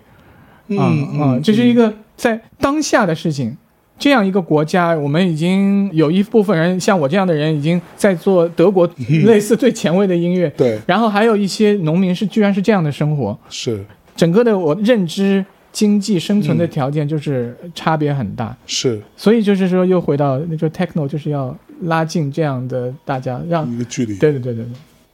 S1: 嗯
S2: 啊啊，这是一个在当下的事情。这样一个国家，我们已经有一部分人，像我这样的人，已经在做德国类似最前卫的音乐。
S1: 对，
S2: 然后还有一些农民是居然是这样的生活，
S1: 是
S2: 整个的我认知、经济、生存的条件就是差别很大。
S1: 是
S2: 所以就是说，又回到那就 techno，就是要拉近这样的大家，让
S1: 一个距离。
S2: 啊对对对对对。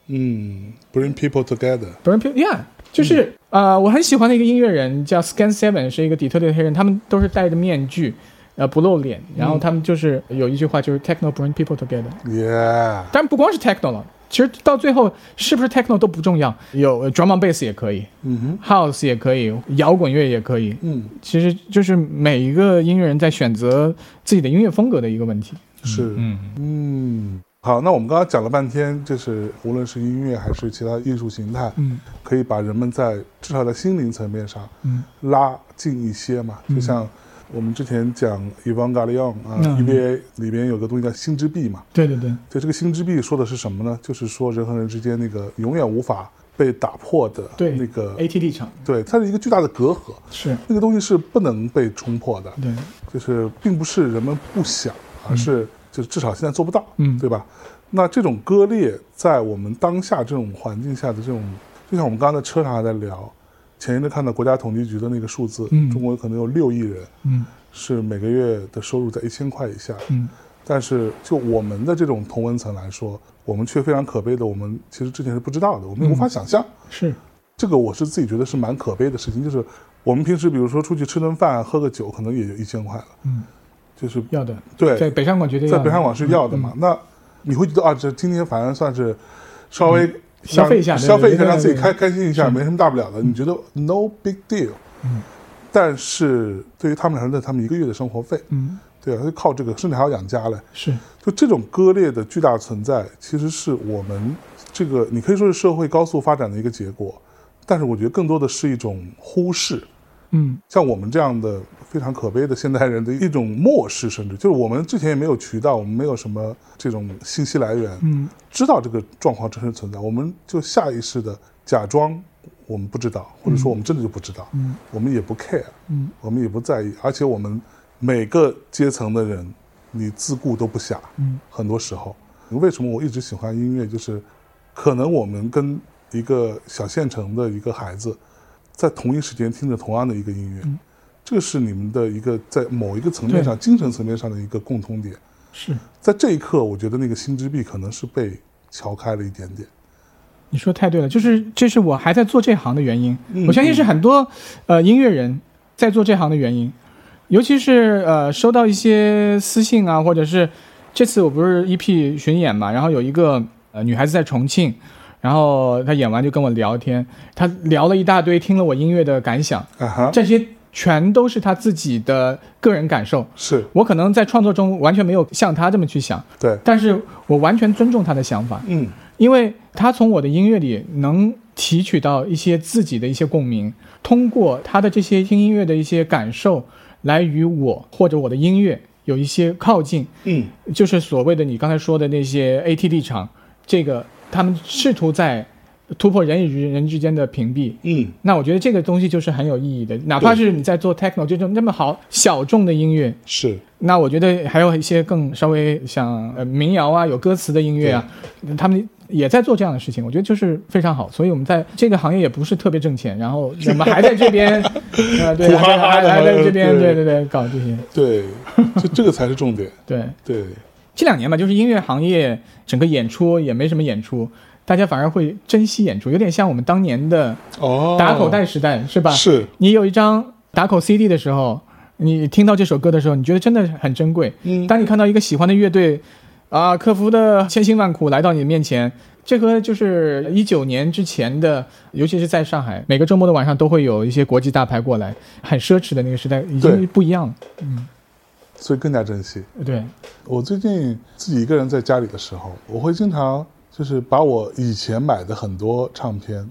S1: 嗯，bring people together。
S2: Burn p e a h 就是、呃，我很喜欢的一个音乐人叫 Scan Seven，是一个底特律黑人，他们都是戴着面具，呃，不露脸，然后他们就是有一句话就是 Techno bring people together，
S1: Yeah，
S2: 但不光是 Techno 了。其实到最后是不是 techno 都不重要，有呃 drum and bass 也可以
S1: 嗯哼，
S2: ，house 也可以，摇滚乐也可以。
S1: 嗯，
S2: 其实就是每一个音乐人在选择自己的音乐风格的一个问题。
S1: 是，
S2: 嗯，
S1: 嗯，好，那我们刚刚讲了半天，就是无论是音乐还是其他艺术形态，
S2: 嗯
S1: 可以把人们在至少在心灵层面上
S2: 嗯
S1: 拉近一些嘛，就像。我们之前讲 Evan g a l i o n 啊、
S2: 嗯
S1: EVA 里边有个东西叫心之壁嘛，
S2: 对对对，
S1: 对，这个心之壁说的是什么呢？就是说人和人之间那个永远无法被打破的
S2: 对
S1: 那个，
S2: AT 立场
S1: 对，它是一个巨大的隔阂，
S2: 是
S1: 那个东西是不能被冲破的，
S2: 对，
S1: 就是并不是人们不想，而是就是至少现在做不到，
S2: 嗯
S1: 对吧？那这种割裂在我们当下这种环境下的这种，就像我们刚刚在车上还在聊，前一阵看到国家统计局的那个数字，
S2: 嗯
S1: 中国可能有六亿人
S2: 嗯
S1: 是每个月的收入在一千块以下，
S2: 嗯
S1: 但是就我们的这种同文层来说，我们却非常可悲的，我们其实之前是不知道的，我们也无法想象。
S2: 是
S1: 这个我是自己觉得是蛮可悲的事情，就是我们平时比如说出去吃顿饭、啊喝个酒，可能也就一千块了，
S2: 嗯
S1: 就是
S2: 要的，
S1: 对，
S2: 在嗯北上广绝对要
S1: 在
S2: 的
S1: 北上广是要的嘛。那你会觉得啊，这今天反正算是稍微让
S2: 嗯消费一下对
S1: 消费一
S2: 对
S1: 下，
S2: 对
S1: 让自己
S2: 对
S1: 开开心一下，
S2: 是
S1: 没什么大不了的。你觉得 no big deal？
S2: 嗯
S1: 但是对于他们来说，那他们一个月的生活费，
S2: 嗯，
S1: 对啊，他就靠这个，甚至还要养家嘞。
S2: 是
S1: 就这种割裂的巨大存在，其实是我们这个你可以说是社会高速发展的一个结果，但是我觉得更多的是一种忽视，
S2: 嗯
S1: 像我们这样的非常可悲的现代人的一种漠视，甚至就是我们之前也没有渠道，我们没有什么这种信息来源，
S2: 嗯
S1: 知道这个状况真实存在，我们就下意识的假装我们不知道，或者说我们真的就不知道，嗯，我们也不 care，嗯，我们也不在意，而且我们每个阶层的人，你自顾都不暇，嗯，很多时候，为什么我一直喜欢音乐，就是可能我们跟一个小县城的一个孩子，在同一时间听着同样的一个音
S2: 嗯
S1: 乐，这是你们的一个在某一个层面上精神层面上的一个共通点。
S2: 是
S1: 在这一刻，我觉得那个心之壁可能是被敲开了一点点。
S2: 你说太对了，就是这是我还在做这行的原因。
S1: 嗯
S2: 我相信是很多呃音乐人在做这行的原因，尤其是呃收到一些私信啊，或者是这次我不是 EP 巡演嘛，然后有一个呃女孩子在重庆，然后她演完就跟我聊天，她聊了一大堆，听了我音乐的感想，
S1: 啊哈，
S2: 这些全都是她自己的个人感受。
S1: 是
S2: 我可能在创作中完全没有像她这么去想，
S1: 对，
S2: 但是我完全尊重她的想法。
S1: 嗯，
S2: 因为他从我的音乐里能提取到一些自己的一些共鸣，通过他的这些听音乐的一些感受，来与我或者我的音乐有一些靠近，
S1: 嗯，
S2: 就是所谓的你刚才说的那些 AT 立场，这个他们试图在突破人与人之间的屏蔽。
S1: 嗯，
S2: 那我觉得这个东西就是很有意义的，哪怕是你在做 techno 这种那么好小众的音乐，
S1: 是
S2: 那我觉得还有一些更稍微像呃民谣啊、有歌词的音乐啊，他们也在做这样的事情，我觉得就是非常好。所以我们在这个行业也不是特别挣钱，然后我们还在 这边，呃，对，
S1: 苦哈
S2: 还在
S1: 哈
S2: 还
S1: 的
S2: 还在这边，
S1: 对
S2: 对对对，搞这些。
S1: 对， 就这个才是重点。
S2: 对，
S1: 对，
S2: 这两年吧，就是音乐行业整个演出也没什么演出，大家反而会珍惜演出，有点像我们当年的
S1: 哦，
S2: 打口袋时代，是吧？
S1: 是，
S2: 你有一张打口 CD 的时候，你听到这首歌的时候，你觉得真的很珍贵。
S1: 嗯
S2: 当你看到一个喜欢的乐队，啊、克服的千辛万苦来到你面前，这和就是一九年之前的，尤其是在上海，每个周末的晚上都会有一些国际大牌过来，很奢侈的那个时代已
S1: 对
S2: 经不一样了。
S1: 所以更加珍惜。
S2: 对，
S1: 我最近自己一个人在家里的时候，我会经常就是把我以前买的很多唱片，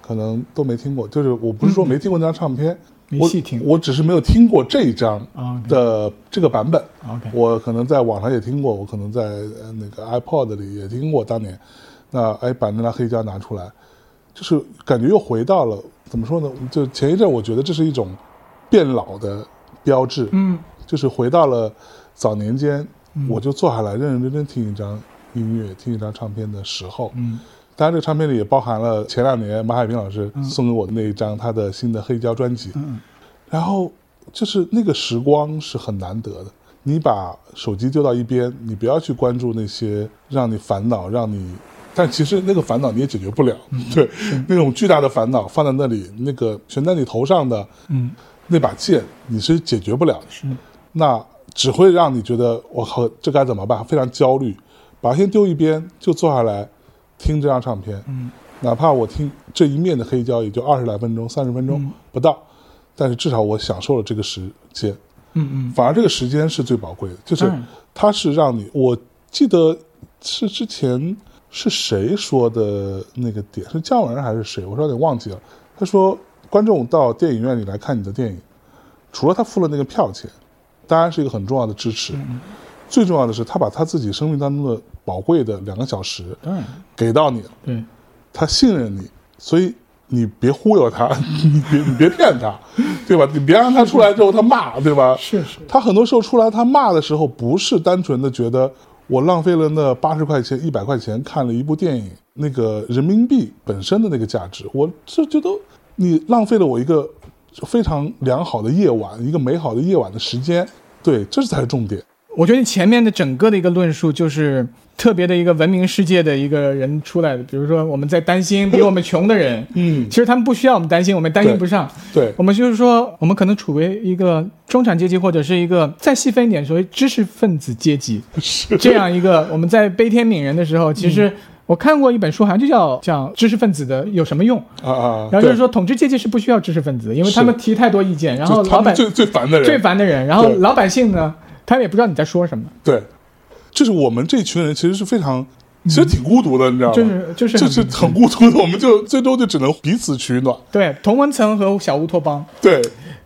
S1: 可能都没听过。就是我不是说没听过那张唱片，
S2: 没
S1: 我
S2: 嗯细听
S1: 我只是没有听过这一张
S2: 啊，OK
S1: 的这个版本。
S2: ，OK，
S1: 我可能在网上也听过，我可能在呃那个 iPod 里也听过当年。那哎，把那张黑胶拿出来，就是感觉又回到了怎么说呢？就前一阵我觉得这是一种变老的标志，
S2: 嗯，
S1: 就是回到了早年间，我就坐下来认认真真听一张音乐、听一张唱片的时候，
S2: 嗯，
S1: 当然这个唱片里也包含了前两年马海平老师送给我的那一张他的新的黑胶专辑，
S2: 嗯，
S1: 然后就是那个时光是很难得的。你把手机丢到一边，你不要去关注那些让你烦恼、让你，但其实那个烦恼你也解决不了，
S2: 嗯
S1: 对，那种巨大的烦恼放在那里，那个悬在你头上的
S2: 嗯，
S1: 那把剑你是解决不了的，
S2: 是，
S1: 那只会让你觉得我靠，这该怎么办？非常焦虑，把它先丢一边，就坐下来听这张唱片。
S2: 嗯，
S1: 哪怕我听这一面的黑胶也就二十来分钟、三十
S2: 嗯
S1: 分钟不到，但是至少我享受了这个时间。
S2: 嗯嗯，
S1: 反而这个时间是最宝贵的，就是
S2: 当然
S1: 它是让你，我记得是之前是谁说的那个点，是姜文还是谁？我有点忘记了。他说，观众到电影院里来看你的电影，除了他付了那个票钱，当然是一个很重要的支持，最重要的是他把他自己生命当中的宝贵的两个小时
S2: 当然，
S1: 给到你了。
S2: 对，
S1: 他信任你，所以你别忽悠他， 你别你别骗他，对吧？你别让他出来之后他骂，对吧？
S2: 是是，
S1: 他很多时候出来他骂的时候，不是单纯的觉得我浪费了那八十块钱、一百块钱看了一部电影，那个人民币本身的那个价值，我是觉得你浪费了我一个非常良好的夜晚，一个美好的夜晚的时间，对，这才是重点。
S2: 我觉得你前面的整个的一个论述就是特别的一个文明世界的一个人出来的，比如说我们在担心比我们穷的人，
S1: 嗯
S2: 其，实他们不需要我们担心，我们担心不上。
S1: 对，
S2: 我们就是说，我们可能处为一个中产阶级，或者是一个再细分一点，所谓知识分子阶级
S1: 是嗯
S2: 这样一个。我们在悲天悯人的时候，其实我看过一本书，好像就叫叫《知识分子的有什么用》，
S1: 啊啊，
S2: 然后就是
S1: 对
S2: 说统治阶级是不需要知识分子的，因为他们提太多意见，然后
S1: 就是他
S2: 老
S1: 们
S2: 板
S1: 最最烦的人，
S2: 最烦的人，然后
S1: 对
S2: 老百姓呢，他们也不知道你在说什么。
S1: 对，就是我们这群人其实是非常，其实挺孤独的，你知道吗？
S2: 就是就是
S1: 哦就是很孤独的，我们就最终就只能彼此取暖。
S2: 对同文层和小乌托邦。
S1: 对，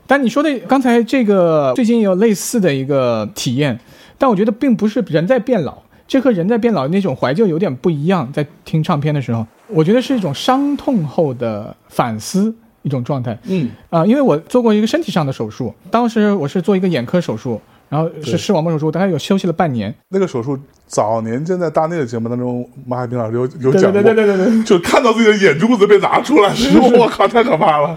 S2: 但你说的刚才这个最近有类似的一个体验，但我觉得并不是人在变老，这和人在变老那种怀旧有点不一样。在听唱片的时候，我觉得是一种伤痛后的反思一种状态。
S1: 嗯，
S2: 啊、因为我做过一个身体上的手术，当时我是做一个眼科手术，然后
S1: 对
S2: 是视网膜手术，大概有休息了半年。
S1: 那个手术早年间在大内的节目当中，马海平老师 有有
S2: 对
S1: 讲
S2: 对
S1: 过，
S2: 对对对对对。
S1: 就看到自己的眼珠子被拿出来， 时候，我靠，太可怕了。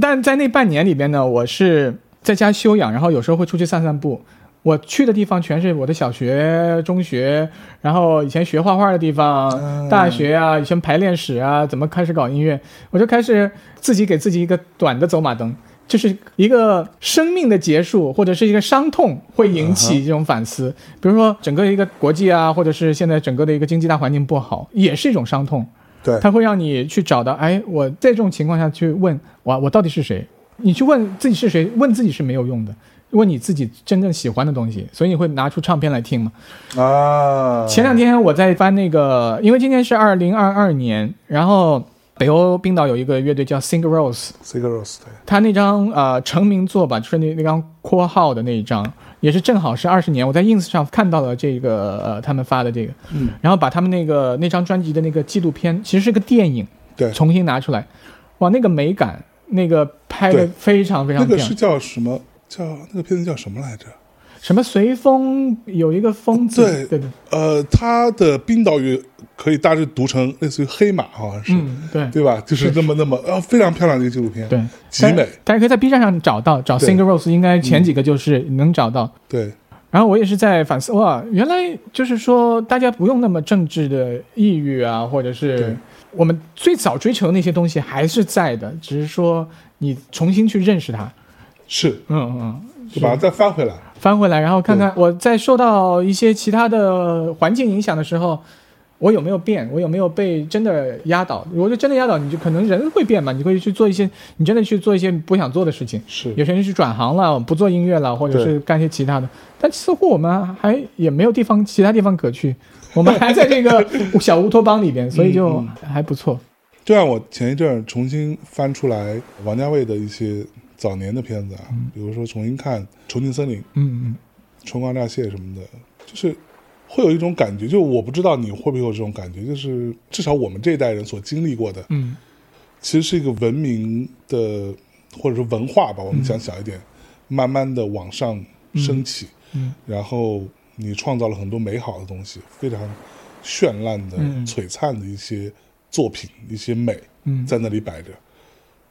S2: 但在那半年里边呢，我是在家休养，然后有时候会出去散散步。我去的地方全是我的小学、中学，然后以前学画画的地方，大学啊，以前排练室啊，怎么开始搞音乐，我就开始自己给自己一个短的走马灯，就是一个生命的结束，或者是一个伤痛会引起这种反思。比如说整个一个国际啊，或者是现在整个的一个经济大环境不好，也是一种伤痛。
S1: 对，
S2: 它会让你去找到，哎，我在这种情况下去问，我我到底是谁？你去问自己是谁，问自己是没有用的，问你自己真正喜欢的东西，所以你会拿出唱片来听嘛。
S1: 啊，
S2: 前两天我在翻那个，因为今年是二零二二年，然后北欧冰岛有一个乐队叫 Sing Rose，
S1: Cigaros，对，
S2: 他那张呃成名作吧，就是那那张括号的那一张，也是正好是二十年。我在 ins 上看到了这个呃他们发的这个，
S1: 嗯，
S2: 然后把他们那个那张专辑的那个纪录片，其实是个电影，
S1: 对
S2: 重新拿出来，哇，那个美感，那个拍
S1: 对
S2: 的非常非
S1: 那
S2: 常
S1: 个
S2: 漂
S1: 是
S2: 亮。
S1: 叫什么？叫那个片子叫什么来着？
S2: 什么随风有一个风字，
S1: 哦对
S2: 对对，
S1: 呃，它的冰岛语可以大致读成类似于黑马，好像是，
S2: 嗯对
S1: 对吧？就是那么那么呃，非常漂亮的一个纪录片，
S2: 对，
S1: 极美
S2: 大家，大家可以在 B 站上找到，找
S1: 对嗯
S2: Sing Rose，应该前几个就是能找到。
S1: 对，
S2: 然后我也是在反思，哇，原来就是说大家不用那么政治的抑郁啊，或者
S1: 对
S2: 是我们最早追求的那些东西还是在的，只是说你重新去认识它。
S1: 是，
S2: 嗯嗯，
S1: 就把它再翻回来，
S2: 翻回来，然后看看我在受到一些其他的环境影响的时候，我有没有变，我有没有被真的压倒。如果是真的压倒，你就可能人会变嘛，你会去做一些你真的去做一些不想做的事情。
S1: 是
S2: 有些人是转行了，不做音乐了，或者
S1: 对
S2: 是干些其他的。但似乎我们还也没有地方，其他地方可去，我们还在这个小乌托邦里边，所以就还不错。
S1: 就像我前一阵儿重新翻出来王家卫的一些早年的片子啊，比如说重新看《重庆森林》《
S2: 嗯
S1: 春光乍泄》什么的，就是会有一种感觉，就我不知道你会不会有这种感觉，就是至少我们这一代人所经历过的，
S2: 嗯
S1: 其实是一个文明的或者是文化吧，我们讲小一点，慢慢的往上升起，
S2: 嗯
S1: 然后你创造了很多美好的东西，非常绚烂的、
S2: 嗯
S1: 璀璨的一些作品、一些美
S2: 嗯
S1: 在那里摆着，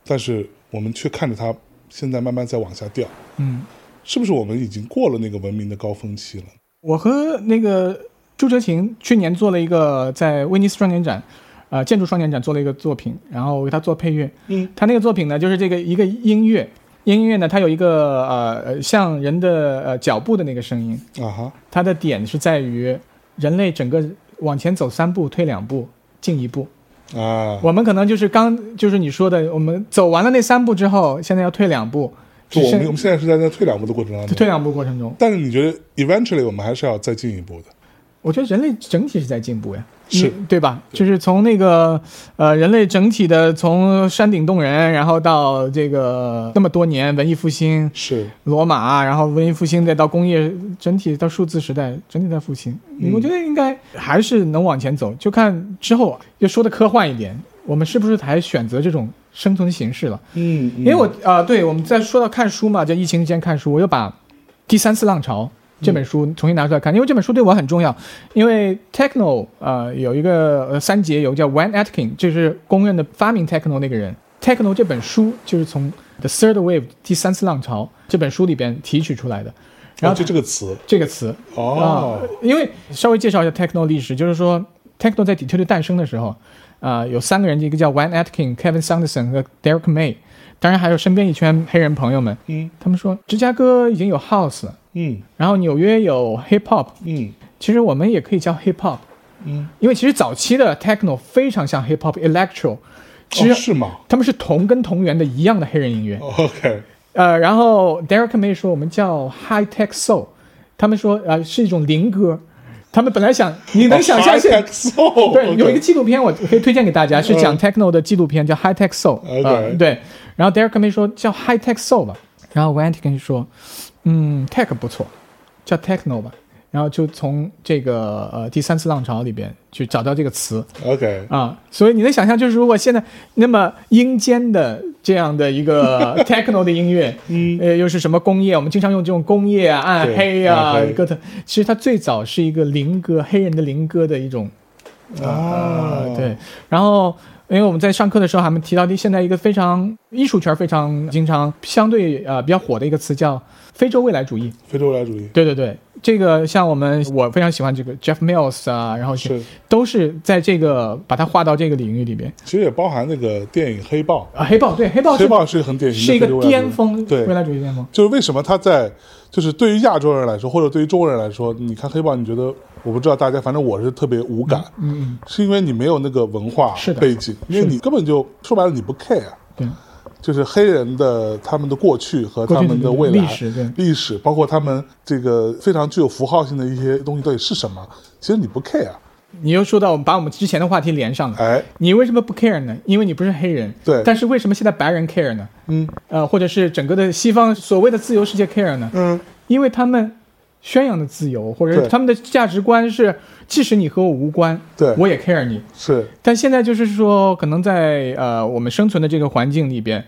S1: 但是我们却看着它现在慢慢在往下掉，
S2: 嗯，
S1: 是不是我们已经过了那个文明的高峰期了？
S2: 我和那个朱哲琴去年做了一个在威尼斯双年展，呃，建筑双年展做了一个作品，然后我给他做配乐。
S1: 嗯，
S2: 他那个作品呢，就是这个一个音乐，音乐呢，它有一个呃呃像人的呃脚步的那个声音，
S1: 啊哈，
S2: 它的点是在于人类整个往前走三步，退两步，进一步。
S1: 啊，
S2: 我们可能就是刚就是你说的，我们走完了那三步之后，现在要退两步，
S1: 就
S2: 只
S1: 我
S2: 剩
S1: 们我们现在是在那退两步的过程当中，
S2: 退两步过程中，
S1: 但是你觉得 eventually 我们还是要再进一步的？
S2: 我觉得人类整体是在进步呀，
S1: 是
S2: 你对吧？就是从那个呃，人类整体的从山顶洞人，然后到这个那么多年文艺复兴、
S1: 是，
S2: 罗马，然后文艺复兴再到工业，整体到数字时代，整体在复兴。
S1: 嗯
S2: 我觉得应该还是能往前走，就看之后啊就说的科幻一点，我们是不是还选择这种生存形式了？
S1: 嗯，因
S2: 因为我啊、呃对，我们在说到看书嘛，在疫情期间看书，我又把《第三次浪潮》这本书重新拿出来看，因为这本书对我很重要。因为 techno 呃有一个呃三杰有个叫 Van Atkin，这是公认的发明 techno 那个人。techno 这本书就是从《The Third Wave》第三次浪潮这本书里边提取出来的。然
S1: 然哦后
S2: 后啊
S1: 就这个词
S2: 这个词，
S1: 哦，
S2: 因为稍微介绍一下 techno 历史，就是说 techno 在底特律诞生的时候，啊、有三个人，一个叫 Van Atkin、Kevin Sanderson 和 Derek May，当然还有身边一圈黑人朋友们，
S1: 嗯
S2: 他们说芝加哥已经有 house，了
S1: 嗯
S2: 然后纽约有 hip hop，
S1: 嗯
S2: 其实我们也可以叫 hip hop，
S1: 嗯，
S2: 因为其实早期的 techno 非常像 hip hop electro，其
S1: 哦
S2: 实
S1: 是吗
S2: 他们是同根同源的一样的黑人音乐。
S1: ？OK，
S2: 呃，然后 Derek May 说我们叫 high tech soul，他们说呃是一种灵歌，他们本来想你能想象现
S1: High 哦 Tech Soul，
S2: 对，有一个
S1: OK
S2: 纪录片我可以推荐给大家，是讲
S1: 嗯
S2: techno 的纪录片，叫《High Tech Soul》
S1: OK
S2: 呃对，然后 Derek May 说叫《High Tech Soul》吧，然后 Van t i k e n 说，嗯，tech 不错，叫 techno 吧。然后就从这个呃第三次浪潮里边去找到这个词，
S1: OK，
S2: 啊，所以你能想象，就是如果现在那么阴间的这样的一个 techno 的音乐，嗯，呃，又是什么工业？我们经常用这种工业啊、暗
S1: 对
S2: 黑
S1: 暗
S2: 啊
S1: 黑、
S2: 哥特，其实它最早是一个灵歌，黑人的灵歌的一种啊、
S1: 哦，
S2: 对，然后。因为我们在上课的时候，还们提到的现在一个非常艺术圈非常经常相对呃比较火的一个词叫非洲未来主义。
S1: 非洲未来主义
S2: 对对对，这个像我们我非常喜欢这个 Jeff Mills 啊，然后
S1: 是，
S2: 都是在这个把它划到这个领域里边。
S1: 其实也包含那个电影《黑豹
S2: 啊，黑豹对黑》，豹
S1: 黑
S2: 是
S1: 豹是很典型
S2: 是
S1: 的
S2: 一
S1: 非
S2: 个
S1: 洲未来主义
S2: 巅峰，
S1: 对
S2: 未来主义巅峰。
S1: 就是为什么他在，就是对于亚洲人来说，或者对于中国人来说，你看黑豹，你觉得我不知道大家，反正我是特别无感，
S2: 嗯，
S1: 是因为你没有那个文化
S2: 是的
S1: 背景，因为你根本就说白了你不 care，
S2: 对，
S1: 就是黑人的他们的过去和
S2: 过
S1: 他
S2: 去的
S1: 们的未来
S2: 历史对
S1: 历史包括他们这个非常具有符号性的一些东西到底是什么，其实你不 care，
S2: 你又说到我们把我们之前的话题连上了。
S1: 哎，
S2: 你为什么不 care 呢？因为你不是黑人。
S1: 对
S2: 但是为什么现在白人 care 呢？
S1: 嗯
S2: 呃，或者是整个的西方所谓的自由世界 care 呢？
S1: 嗯，
S2: 因为他们宣扬的自由，或者
S1: 对
S2: 是他们的价值观是，即使你和我无关，
S1: 对
S2: 我也 care 你。
S1: 是
S2: 但现在就是说，可能在呃我们生存的这个环境里边，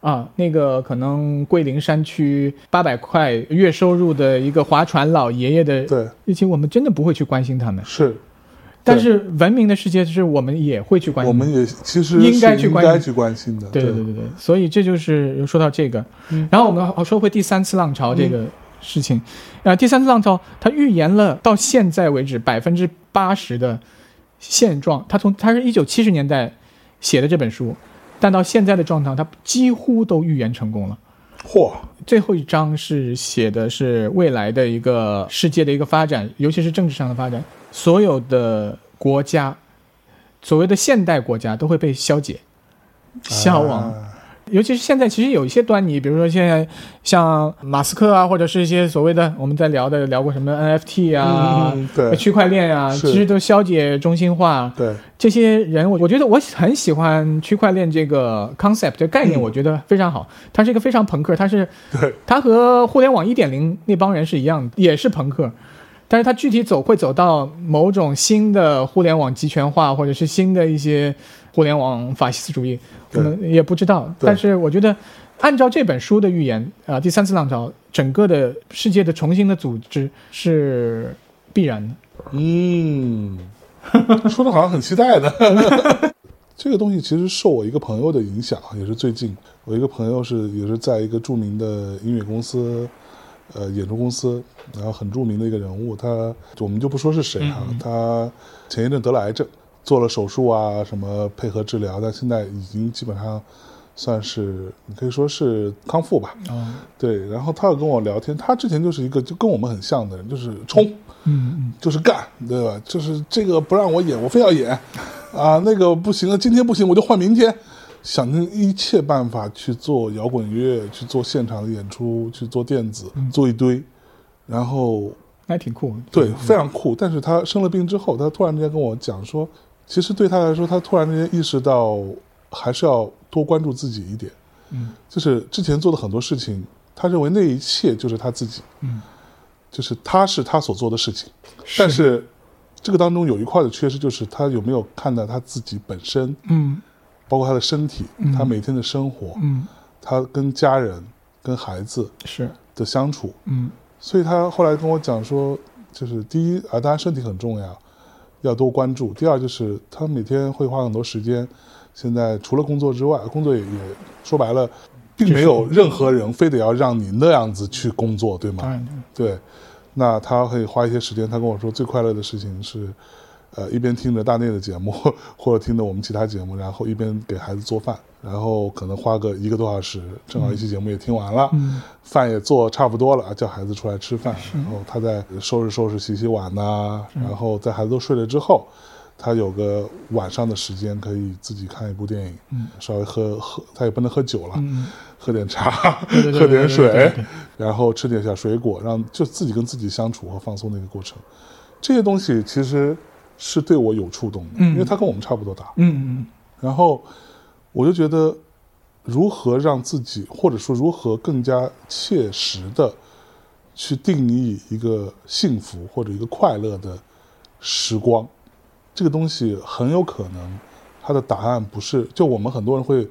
S2: 啊，那个可能桂林山区八百块月收入的一个划船老爷爷的，
S1: 对
S2: 以及我们真的不会去关心他们。
S1: 是，
S2: 但是文明的世界是我们也会去关
S1: 我
S2: 心他
S1: 们
S2: 们。
S1: 也其实
S2: 应该
S1: 是
S2: 去
S1: 应
S2: 关心
S1: 该去关心的，
S2: 对对对对对，所以这就是又说到这个，
S1: 嗯
S2: 然后我们好说回第三次浪潮这个事情，呃，第三次浪潮它预言了到现在为止百分之八十的现状，它从它是一九七十年代写的这本书，但到现在的状态，它几乎都预言成功了。
S1: 嚯，
S2: 最后一章是写的是未来的一个世界的一个发展，尤其是政治上的发展，所有的国家，所谓的现代国家都会被消解、消亡。
S1: 啊
S2: 尤其是现在，其实有一些端倪，比如说现在像马斯克啊，或者是一些所谓的我们在聊的聊过什么 NFT 啊、
S1: 嗯对
S2: 区块链啊，
S1: 是
S2: 其实都消解中心化。
S1: 对，
S2: 这些人，我我觉得我很喜欢区块链这个 concept 这个概念，我觉得非常好。它是一个非常朋克，它是
S1: 嗯对
S2: 它和互联网一点零那帮人是一样的，也是朋克，但是它具体走会走到某种新的互联网集权化，或者是新的一些互联网法西斯主义，
S1: 对
S2: 我们也不知道。
S1: 对
S2: 但是我觉得，按照这本书的预言，啊、第三次浪潮整个的世界的重新的组织是必然的。
S1: 嗯， 说的好像很期待呢。 这个东西其实受我一个朋友的影响，也是最近我一个朋友是也是在一个著名的音乐公司，呃，演出公司，然后很著名的一个人物，他我们就不说是谁啊，他前一阵得了癌症，做了手术啊，什么配合治疗，但现在已经基本上算是你可以说是康复吧。
S2: 哦，
S1: 对，然后他有跟我聊天，他之前就是一个就跟我们很像的人，就是冲。
S2: 嗯嗯。
S1: 就是干，对吧？就是这个不让我演，我非要演，啊，那个不行了，今天不行，我就换明天，想尽一切办法去做摇滚乐，去做现场的演出，去做电子，做一堆，然后
S2: 那还挺酷的。嗯
S1: 对，非常酷。但是他生了病之后，他突然之间跟我讲说，其实对他来说，他突然之间意识到，还是要多关注自己一点。
S2: 嗯，
S1: 就是之前做的很多事情，他认为那一切就是他自己。
S2: 嗯，
S1: 就是他是他所做的事情，但是这个当中有一块的缺失，就是他有没有看到他自己本身，
S2: 嗯
S1: 包括他的身体，
S2: 嗯
S1: 他每天的生活，
S2: 嗯，
S1: 他跟家人、跟孩子
S2: 是，
S1: 的相处，
S2: 嗯
S1: 所以他后来跟我讲说，就是第一啊，当然身体很重要，要多关注；第二就是他每天会花很多时间，现在除了工作之外，工作也也说白了，并没有任何人非得要让你那样子去工作，对
S2: 当
S1: 吗？
S2: 然当然
S1: 对，那他可以花一些时间。他跟我说，最快乐的事情是，呃，一边听着大内的节目， 或者听着我们其他节目，然后一边给孩子做饭，然后可能花个一个多小时，正好一期节目也听完了，
S2: 嗯
S1: 饭也做差不多了，叫孩子出来吃饭，然后他再收拾收拾、洗洗碗呐、然后在孩子都睡了之后。他有个晚上的时间可以自己看一部电影，
S2: 嗯
S1: 稍微喝喝，他也不能喝酒了，
S2: 嗯，
S1: 喝点茶，
S2: 对对对
S1: 喝点
S2: 对对对
S1: 水
S2: 对对，
S1: 然后吃点小水果，让就自己跟自己相处和放松的一个过程。这些东西其实是对我有触动的，
S2: 嗯
S1: 因为他跟我们差不多大。
S2: 嗯嗯
S1: 然后我就觉得，如何让自己或者说如何更加切实的去定义一个幸福或者一个快乐的时光，这个东西很有可能它的答案不是，就我们很多人会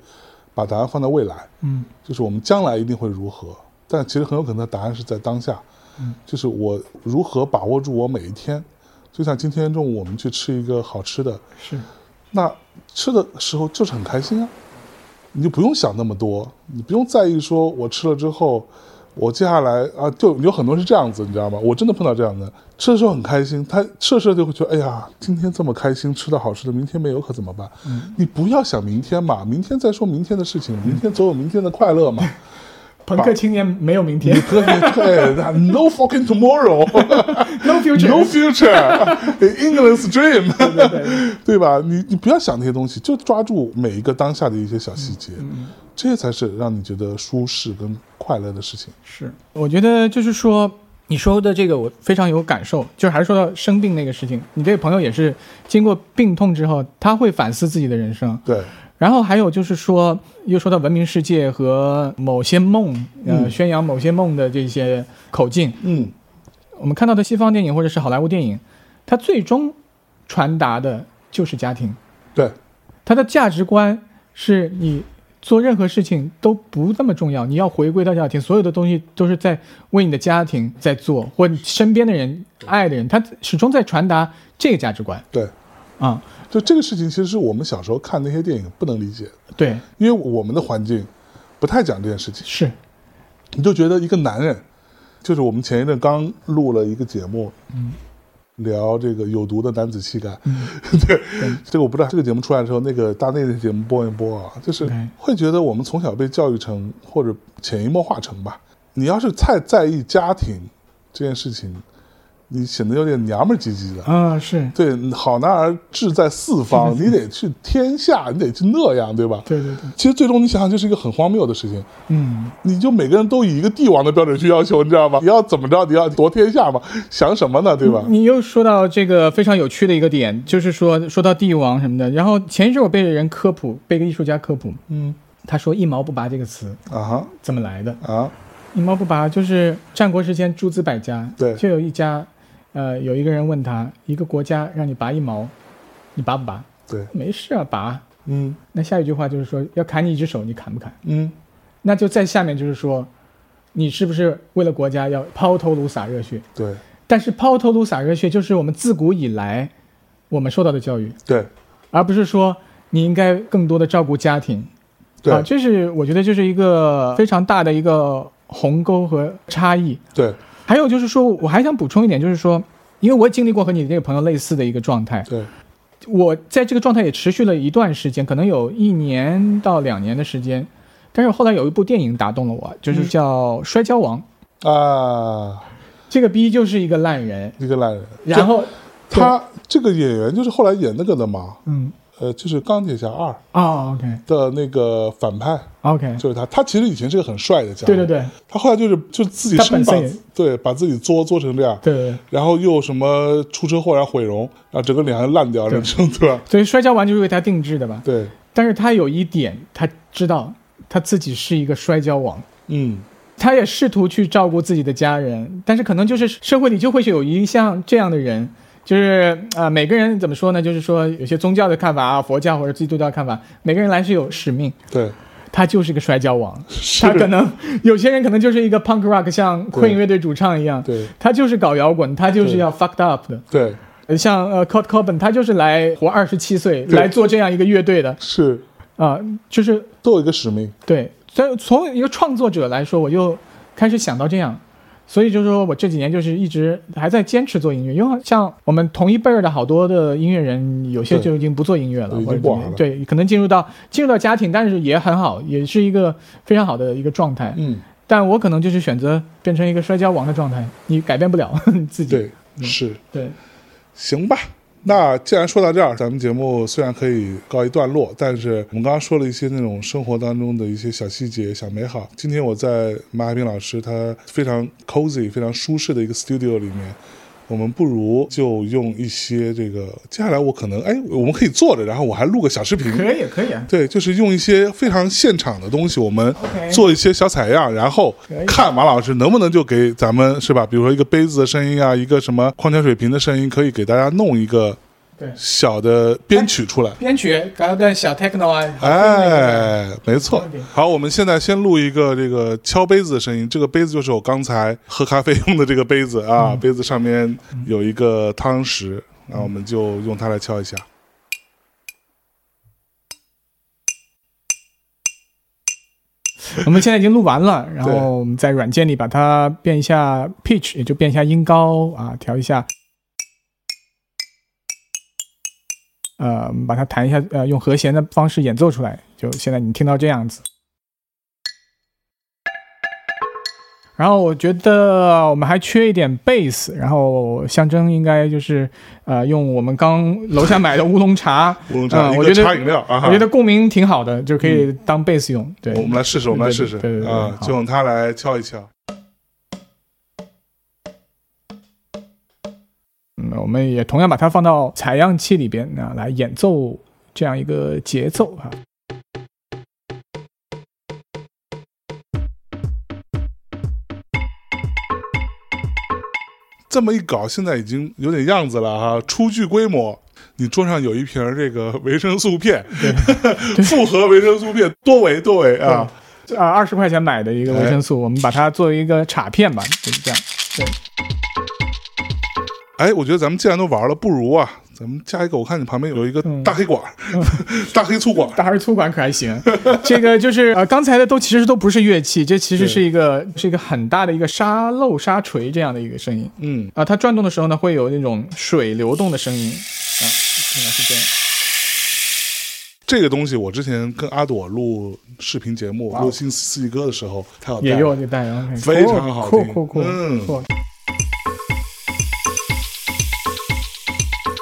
S1: 把答案放在未来，
S2: 嗯
S1: 就是我们将来一定会如何，但其实很有可能的答案是在当下。
S2: 嗯，
S1: 就是我如何把握住我每一天。就像今天中午我们去吃一个好吃的，
S2: 是
S1: 那吃的时候就是很开心啊，你就不用想那么多，你不用在意说我吃了之后，我接下来啊，就有很多是这样子，你知道吗？我真的碰到这样的，吃的时候很开心，他吃着吃着就会觉得，哎呀，今天这么开心，吃到好吃的，明天没有可怎么办？你不要想明天嘛，明天再说明天的事情，明天总有明天的快乐嘛。
S2: 朋克青年没有明天
S1: 你特别对 ，No fucking tomorrow，No
S2: ，no future，
S1: future，England's dream，
S2: 对对
S1: 对吧？你你不要想那些东西，就抓住每一个当下的一些小细节，这些才是让你觉得舒适跟快乐的事情。
S2: 是，我觉得就是说，你说的这个我非常有感受，就是还是说到生病那个事情，你这个朋友也是经过病痛之后，他会反思自己的人生，
S1: 对，
S2: 然后还有就是说，又说到文明世界和某些梦，呃，
S1: 嗯
S2: 宣扬某些梦的这些口径，
S1: 嗯，
S2: 我们看到的西方电影或者是好莱坞电影，它最终传达的就是家庭，
S1: 对，
S2: 它的价值观是你做任何事情都不那么重要，你要回归到家庭，所有的东西都是在为你的家庭在做，或你身边的人、爱的人，他始终在传达这个价值观
S1: 对，
S2: 啊、
S1: 就这个事情，其实是我们小时候看那些电影不能理解的，
S2: 对，
S1: 因为我们的环境不太讲这件事情。
S2: 是，
S1: 你就觉得一个男人，就是我们前一阵刚录了一个节目，聊这个有毒的男子气概， 对，这个我不知道。这个节目出来的时候，那个大内的节目播一播啊，就是
S2: 对
S1: 会觉得我们从小被教育成或者潜移默化成吧，你要是太在意家庭这件事情，你显得有点娘们儿唧唧的。
S2: 啊、是，
S1: 对，好男儿志在四方，你得去天下，你得去那样，对吧？
S2: 对对对，
S1: 其实最终你想想，就是一个很荒谬的事情。
S2: 嗯，
S1: 你就每个人都以一个帝王的标准去要求，你知道吗？你要怎么着？你要夺天下嘛？想什么呢？对吧？
S2: 你又说到这个非常有趣的一个点，就是说说到帝王什么的，然后前一阵我被人科普，被一个艺术家科普，
S1: 嗯
S2: 他说“一毛不拔”这个词
S1: 啊哈
S2: 怎么来的？
S1: 啊，
S2: 一毛不拔就是战国时间诸子百家，
S1: 对
S2: 就有一家，呃，有一个人问他，一个国家让你拔一毛，你拔不拔？
S1: 对，
S2: 没事啊，拔。
S1: 嗯
S2: 那下一句话就是说要砍你一只手，你砍不砍？
S1: 嗯，
S2: 那就在下面就是说，你是不是为了国家要抛头颅洒热血？
S1: 对
S2: 但是抛头颅洒热血就是我们自古以来我们受到的教育，
S1: 对
S2: 而不是说你应该更多的照顾家庭，
S1: 对、
S2: 啊，这是我觉得这是一个非常大的一个鸿沟和差异。
S1: 对
S2: 还有就是说，我还想补充一点，就是说，因为我也经历过和你这个朋友类似的一个状态，
S1: 对，
S2: 我在这个状态也持续了一段时间，可能有一年到两年的时间。但是后来有一部电影打动了我，就是
S1: 嗯
S2: 叫《摔跤王》，
S1: 啊，
S2: 这个逼就是一个烂人，
S1: 一个烂人。
S2: 然后
S1: 就他这个演员就是后来演那个的嘛，
S2: 嗯，
S1: 呃，就是钢铁侠二
S2: 哦，OK
S1: 的那个反派，
S2: OK，
S1: 就是他。他其实以前是个很帅的家伙，
S2: 对对对
S1: 他后来就是就自己
S2: 他
S1: 生
S2: 本
S1: 把
S2: 身也
S1: 对把自己作作成这样。
S2: 对对对，
S1: 然后又什么出车祸，然后毁容，然后整个脸还烂掉，
S2: 对
S1: 这种对吧？
S2: 所以《摔跤王》就是为他定制的吧？
S1: 对，
S2: 但是他有一点，他知道他自己是一个摔跤王，
S1: 嗯，
S2: 他也试图去照顾自己的家人，但是可能就是社会里就会有一像这样的人，就是啊、呃每个人怎么说呢？就是说有些宗教的看法啊，佛教或者基督教的看法，每个人来是有使命，
S1: 对，
S2: 他就是个摔跤王，
S1: 是
S2: 他可能有些人可能就是一个 punk rock，像困乐队主唱一样，
S1: 对
S2: 他就是搞摇滚，他就是
S1: 对
S2: 要 fucked up 的。
S1: 对
S2: 呃像呃 Kurt Cobain，他就是来活二十七岁
S1: 对
S2: 来做这样一个乐队的
S1: 是
S2: 啊、就是
S1: 都有一个使命，
S2: 对，所以从一个创作者来说，我就开始想到这样，所以就是说我这几年就是一直还在坚持做音乐，因为像我们同一辈儿的好多的音乐人，有些
S1: 对
S2: 就已经不做音乐了，
S1: 已经
S2: 或者
S1: 不
S2: 怎么
S1: 玩
S2: 样
S1: 了
S2: 对，可能进入到进入到家庭，但是也很好，也是一个非常好的一个状态。
S1: 嗯，
S2: 但我可能就是选择变成一个摔跤王的状态，你改变不了 你自己。
S1: 对，是
S2: 对
S1: 行吧。那既然说到这儿，咱们节目虽然可以告一段落，但是我们刚刚说了一些那种生活当中的一些小细节、小美好。今天我在马海滨老师他非常 cozy、非常舒适的一个 studio 里面，我们不如就用一些这个，接下来我可能哎，我们可以坐着，然后我还录个小视频。
S2: 可以可以啊，
S1: 对，就是用一些非常现场的东西，我们
S2: OK
S1: 做一些小采样，然后
S2: 可以
S1: 看马老师能不能就给咱们是吧？比如说一个杯子的声音啊，一个什么矿泉水瓶的声音，可以给大家弄一个
S2: 对
S1: 小的编曲出来。
S2: 编曲搞一段小 techno 啊，
S1: 哎，没错
S2: 没问题。
S1: 好，我们现在先录一个这个敲杯子的声音。这个杯子就是我刚才喝咖啡用的这个杯子啊，
S2: 嗯
S1: 杯子上面有一个汤匙，那我们就用它来敲一下。
S2: 嗯 我们现在已经录完了，然后我们在软件里把它变一下 pitch，也就变一下音高啊，调一下。呃，我们把它弹一下，呃，用和弦的方式演奏出来。就现在你听到这样子。然后我觉得我们还缺一点贝斯，然后象征应该就是呃，用我们刚楼下买的乌龙茶，
S1: 乌龙茶，
S2: 嗯
S1: 一
S2: 我
S1: 个
S2: 觉得
S1: 茶饮料 啊哈。嗯
S2: 我觉得共鸣挺好的，就可以当贝斯用。对，
S1: 我们来试试，我们来试试
S2: 对对对对
S1: 啊，
S2: 好
S1: 就用它来敲一敲。
S2: 嗯，我们也同样把它放到采样器里边啊，来演奏这样一个节奏啊。
S1: 这么一搞，现在已经有点样子了哈，初具规模。你桌上有一瓶这个维生素片， 复合维生素片，多维多维啊，
S2: 啊，二十块钱买的一个维 生素，我们把它作为一个镲片吧，就是这样。
S1: 哎，我觉得咱们既然都玩了，不如啊，咱们加一个。我看你旁边有一个
S2: 嗯
S1: 大黑管儿， 大黑粗管儿，
S2: 大而粗管可还行。 这个就是呃，刚才的都其实都不是乐器，这其实是一个是一个很大的一个沙漏、沙锤这样的一个声音
S1: 嗯，
S2: 啊、它转动的时候呢，会有那种水流动的声音啊，应该是这样。
S1: 这个东西我之前跟阿朵录视频节目，
S2: 哇哦
S1: 录新四季歌的时候，他有带
S2: 也有这带然后
S1: 非常好
S2: 酷
S1: 听
S2: 酷酷
S1: 嗯
S2: 酷。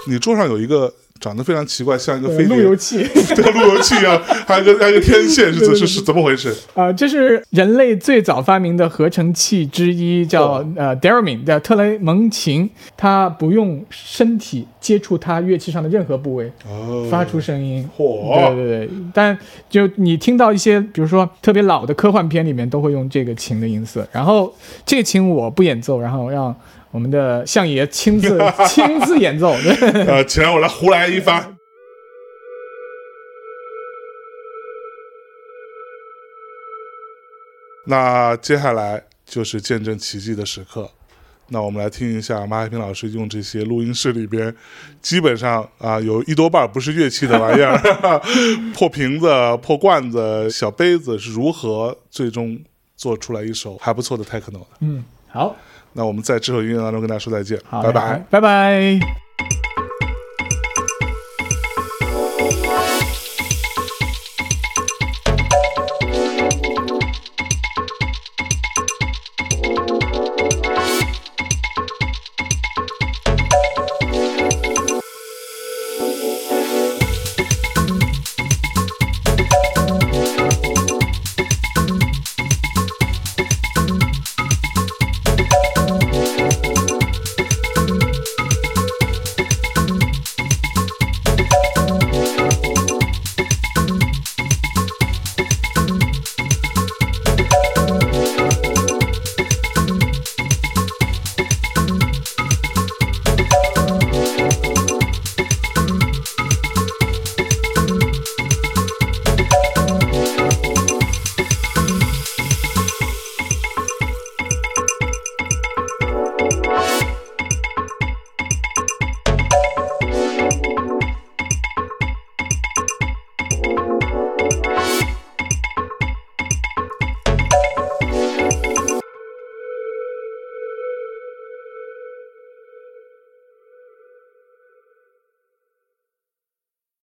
S1: 你桌上有一个长得非常奇怪，像一个飞
S2: 路
S1: 碟
S2: 由器。
S1: 对路由器一样，还有一个还有一个天线是怎是是怎么回事？
S2: 啊，这是人类最早发明的合成器之一，叫、呃 d e r a m i n 的特雷蒙琴，它不用身体接触它乐器上的任何部位，
S1: 哦
S2: 发出声音。对
S1: 嚯，
S2: 对对，但就你听到一些，比如说特别老的科幻片里面，都会用这个琴的音色。然后这个琴我不演奏，然后让我们的相爷亲 自亲自演奏。对
S1: 呃，请让我来胡来一发。那接下来就是见证奇迹的时刻。那我们来听一下马海平老师用这些录音室里边，基本上啊、有一多半不是乐器的玩意儿， 破瓶子、破罐子、小杯子是如何最终做出来一首还不错的 techno 的。
S2: 嗯，好，
S1: 那我们在这首音乐当中跟大家说再见，
S2: 好，
S1: 拜
S2: 拜
S1: 拜。
S2: 拜拜。